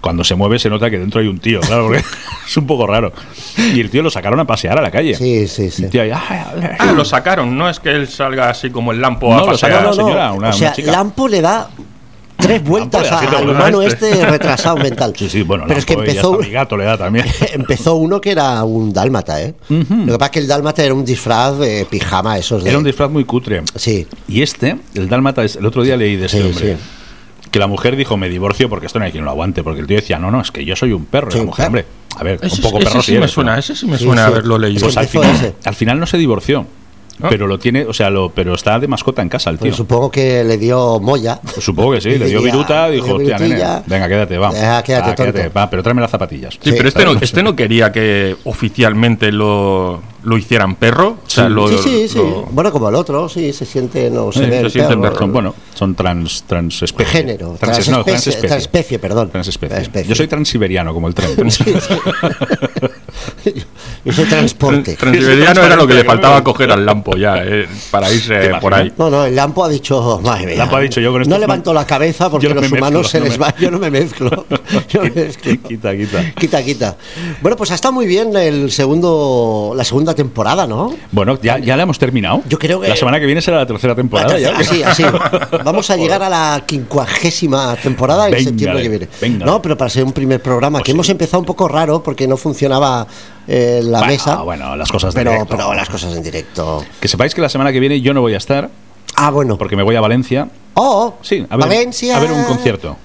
cuando se mueve se nota que dentro hay un tío, claro, porque es un poco raro. Y el tío lo sacaron a pasear a la calle.
Sí, sí, sí.
Y el tío ahí, "Ah, a ver".
Ah, lo sacaron. No es que él salga así como el lampo
No,
a
lo
pasear.
sacaron,
No, no,
señora,
no.
una-
o sea,
una chica.
Lampo le da tres vueltas
le da
a-
siete
al
vueltas a
humano
este.
este. retrasado mental.
Sí, sí, bueno,
pero es que
Lampo, ya
empezó,
está, mi gato le da también.
empezó uno que era un dálmata, ¿eh? Lo que pasa es que el dálmata era un disfraz de pijama, esos de.
Era un disfraz muy cutre.
Sí,
Y este, el dálmata, es- el otro día leí de este
Sí,
hombre.
sí.
Que la mujer dijo, me divorcio porque esto no hay quien lo aguante. Porque el tío decía, no, no, es que yo soy un perro. Y
Sí,
la
un
mujer, hombre,
perro.
a ver,
Ese,
un poco
ese
perro
sí
sí
me
eres,
suena,
¿no?
ese sí me
Sí,
suena
sí.
haberlo leído.
Es
Pues al
Empezó
final,
ese.
al final no se divorció.
Ah.
Pero lo tiene, o sea, lo, pero está de mascota en casa el tío.
pues supongo que le dio moya.
Pues Supongo que sí, le dio
Diría,
viruta, dijo,
le dio
hostia, nene,
virutilla".
venga, quédate, va.
Ah, quédate,
Va,
tonto.
va, pero tráeme las zapatillas.
Sí, pero este
Tráeme
no,
las-
este no quería que oficialmente lo, lo hicieran perro. O sea,
Sí.
lo-
Sí, sí, sí.
lo-
Bueno, como el otro, sí, se siente, no se ve
Sí, se
el
siente el
perro.
perro.
Son, bueno, son trans, transespecie.
Género,
Transes- no,
transespecie,
transespecie.
transespecie, perdón.
Transespecie.
Transespecie.
Yo soy transiberiano, como el tren.
Yo soy transporte.
Transiberiano era lo que le faltaba
Claro.
coger al lampo ya, eh, para irse
imaginas?
por ahí.
No, no, el Lampo ha dicho, madre mía,
Lampo ha dicho, yo con
No
estos
levanto
no-
la cabeza porque
yo no
los
me
humanos
mezclo,
se
no
les
me-
va. Yo no me mezclo. Yo no me mezclo.
quita, quita.
Quita, quita. Bueno, pues está muy bien el segundo, la segunda temporada, ¿no?
Bueno, ya, ya la hemos terminado.
Yo creo que-
La semana que viene será la tercera temporada. ya.
Así, así. Vamos a llegar a la quincuagésima temporada en
Venga, eh.
septiembre que viene.
venga. Pues
No, pero para ser un primer programa, que
sí.
hemos empezado un poco raro porque no funcionaba eh, la
Bueno,
mesa.
bueno, las cosas de
pero,
directo.
pero las cosas en directo.
Que sepáis que la semana que viene yo no voy a estar,
Ah, bueno.
porque me voy a Valencia.
Oh,
Sí, a ver,
Valencia.
a ver un concierto.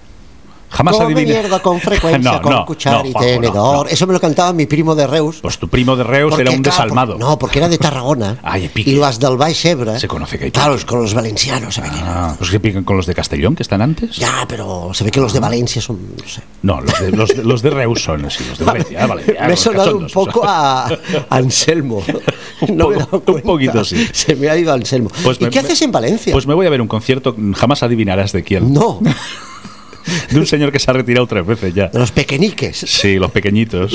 Jamás
Come
adiviné.
mierda con frecuencia,
No,
con
no,
cuchara
no,
y
Juanjo, no,
tenedor.
no.
Eso me lo cantaba mi primo de Reus.
Pues tu primo de Reus
Porque,
era un
claro,
desalmado.
por- no, porque era de Tarragona.
Ay, pique.
y las del Baix Ebre.
Se conoce que hay
Claro,
pique.
es con los valencianos. se ve que-
Ah, ¿Los que pican con los de Castellón, que están antes?
Ya, pero se ve que los de Valencia son. No sé.
No, los de, los, de- los de Reus son, sí, los de Valencia. Valencia
me he
los
sonado un
cachondos, o sea.
poco a a Anselmo.
Un
No me he
poco-
dado
un
cuenta.
poquito sí.
Se me ha ido Anselmo.
Pues
¿Y
me-
qué
me-
haces en Valencia?
Pues me voy a ver un concierto, jamás adivinarás de quién.
no,
De un señor que se ha retirado tres veces ya.
de los pequeñiques.
Sí, los pequeñitos.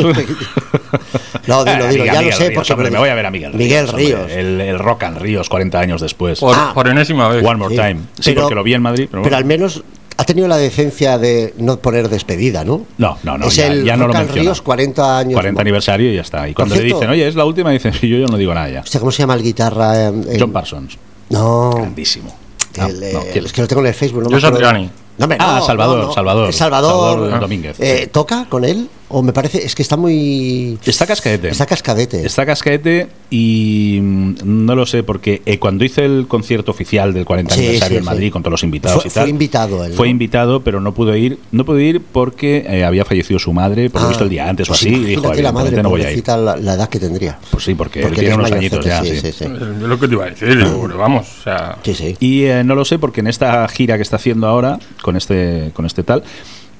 No, dilo,
Ah,
dilo,
Miguel-
ya lo
Miguel
sé.
Ríos,
porque
hombre, me voy a ver a Miguel Ríos.
Miguel
hombre,
Ríos.
el, el Rock and Ríos 40 años después.
Por,
Ah.
por enésima vez.
One more
Sí.
time. Sí,
Pero-
porque lo vi en Madrid.
Pero,
Pero, bueno.
al menos ha tenido la decencia de no poner despedida, ¿no?
No, no, no.
Es
ya,
el
ya no
Rock
lo
al
menciona.
Ríos 40 años.
40 aniversario y ya está. Y cuando le
cierto-
dicen, oye, es la última, dicen, sí, yo, yo no digo nada ya.
Hostia, ¿Cómo se llama el guitarra? eh, el-
John Parsons,
No.
grandísimo. Ah,
el, eh,
no, ¿quién?
es que lo tengo en el Facebook. No me
Josep
acuerdo.
Triani.
No, hombre,
Ah,
no,
Salvador,
no, no.
Salvador.
Salvador.
Salvador Domínguez,
Eh,
sí.
¿Toca con él? O me parece. Es que está muy.
Está cascadete.
Está cascadete.
Está cascaete y mm, no lo sé, porque eh, cuando hice el concierto oficial del 40
Sí,
aniversario
sí,
en
sí.
Madrid con todos los invitados
Fue-
y tal.
fue invitado él,
Fue
¿no?
invitado, pero no pudo ir. No pudo ir porque eh, había fallecido su madre, por
Ah,
lo visto el día antes o
pues
así. Y dijo,
imagínate la madre,
evidentemente no voy a ir.
pobrecita, la, la edad que tendría.
Pues sí, porque, él
Porque
tiene
es
unos
mayorcete,
añitos ya.
sí,
sí.
sí, sí.
Es lo que te iba a decir, digo, bueno, vamos, o sea,
Sí, sí.
Y eh, no lo sé porque en esta gira que está haciendo ahora con este con este tal,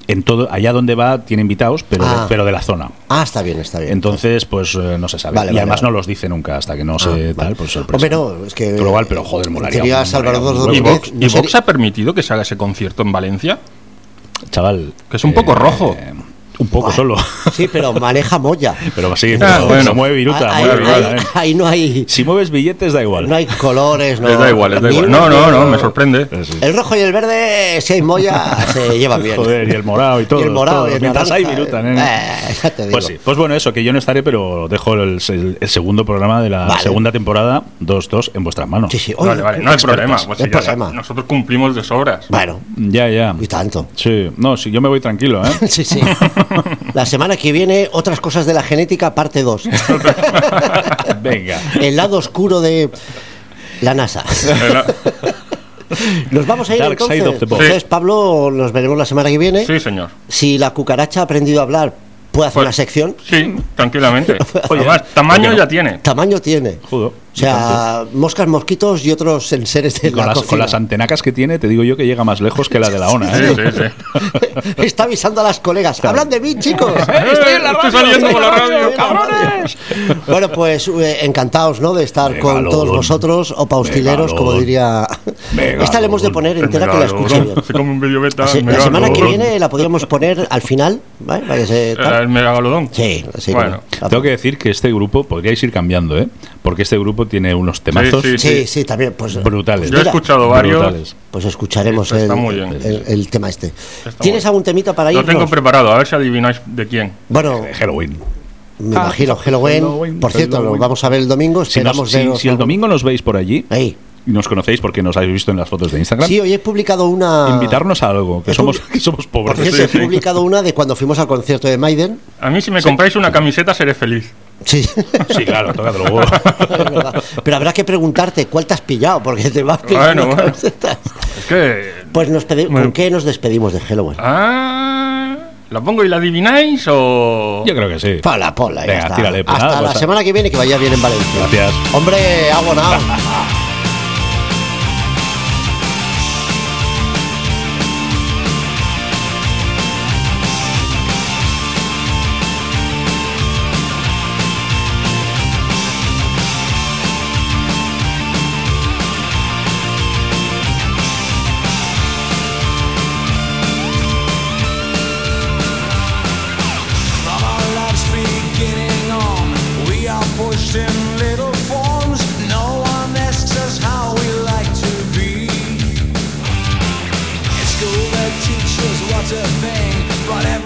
en todo allá donde va tiene invitados, pero
Ah.
pero de la zona.
Ah, está bien, está bien.
Entonces, pues eh, no se sabe.
Vale,
y
vale,
además
vale. Ah,
no los dice nunca hasta que no se
vale.
tal, pues sorpresa.
Hombre, no, es que.
Pero igual, pero joder, molaría.
Sería
un-
Salvador
molaría un
Domínguez.
¿Y
huevo.
Vox,
no
¿y Vox
sería-
ha permitido que se haga ese concierto en Valencia?
Chaval. eh,
Que es un poco rojo.
Un poco
Buah.
solo.
Sí, pero maneja molla.
pero sí,
Ah,
pero
bueno.
se mueve viruta.
ahí,
mueve
ahí-
viruta, eh.
ahí no hay.
Si mueves billetes, da igual.
No hay colores, no.
les da igual, les da
Ni
igual.
uno
No,
ni
no,
otro.
no, me sorprende.
Sí, sí.
El rojo y el verde, si hay molla, se Eh, llevan bien.
Joder, y el morado y todo.
Y el morado
todo.
y el
Mientras hay
naranja,
viruta,
eh.
nene.
Eh, ya te digo.
Pues sí, pues bueno, eso, que yo no estaré, pero dejo el, el- el segundo programa de la
Vale.
segunda temporada 2-2 en vuestras manos.
Sí, sí. Oye,
Vale, vale, no hay
expertos,
problema. pues
no hay
ya está,
problema.
Nosotros cumplimos de sobras.
Bueno,
Ya, ya.
y tanto.
Sí, no, sí, yo me voy tranquilo, ¿eh?
Sí, sí. La semana que viene, otras cosas de la genética, parte 2.
Venga.
El lado oscuro de la NASA. Nos vamos a ir
Dark side
entonces.
of the ball.
Entonces, Pablo, nos veremos la semana que viene.
Sí, señor.
Si la cucaracha ha aprendido a hablar, puede hacer
Pues-
una sección.
Sí, tranquilamente.
Oye,
Además,
¿por
tamaño
qué no?
ya tiene.
Tamaño tiene.
Joder.
O sea, moscas, mosquitos y otros enseres de
Con
la
las, con
cocina.
las antenacas que tiene, te digo yo que llega más lejos que la de la ONA,
Sí,
¿eh?
sí, sí.
Está avisando a las colegas. ¡Hablan de mí, chicos!
Eh, Estoy en la
Eh,
radio,
Estoy saliendo
estoy en
por la
la radio,
radio,
cabrones.
Bueno, pues eh, encantados, ¿no? De estar
Megalodón.
con todos vosotros, o paustileros,
Megalodón.
como diría.
Megalodón.
Esta le hemos de poner entera que la escuche bien.
Se come un vídeo beta.
Se- la
megalodón.
semana que viene la podríamos poner al final, ¿vale? Para que se-
Eh,
tal.
¿El megalodón?
Sí, sí.
Bueno,
como-
Tengo que decir que este grupo podríais ir cambiando, ¿eh? Porque este grupo tiene unos temazos
Sí,
Sí, sí, también. Pues,
brutales.
Yo he
Mira.
escuchado varios.
Brutales.
pues escucharemos
Está
el,
muy bien.
el- el tema este.
Está
¿Tienes
muy
algún temita para
Lo
irnos?
tengo preparado, a ver si adivináis de quién.
bueno,
De Halloween.
me
Ah,
imagino Halloween.
Halloween,
Por cierto, lo
Halloween.
vamos a ver el domingo.
Si, nos-
Esperamos
si-
veros
si el
algún-
domingo nos veis por allí,
Ahí.
y nos conocéis porque nos habéis visto en las fotos de Instagram,
Sí, hoy he publicado una.
invitarnos a algo, que
He
somos,
publi-
que somos
Por
pobres.
cierto, he publicado una de cuando fuimos al concierto de Maiden.
A mí, si me compráis una camiseta, seré feliz.
Sí.
Sí, claro, tócatelo. huevo.
Es verdad. Pero habrá que preguntarte cuál te has pillado, porque te vas pillando
Bueno, bueno.
camisetas.
Es que.
Pues nos pedi-
Bueno.
¿con qué nos despedimos de Halloween?
Ah, ¿La pongo y la adivináis o.?
Yo creo que sí.
Pola, pola, ya
Venga,
está.
tírale, pues
Hasta
nada,
la
pues,
semana que viene que vaya bien en Valencia.
Gracias.
Hombre, abonado.
such a thing, but every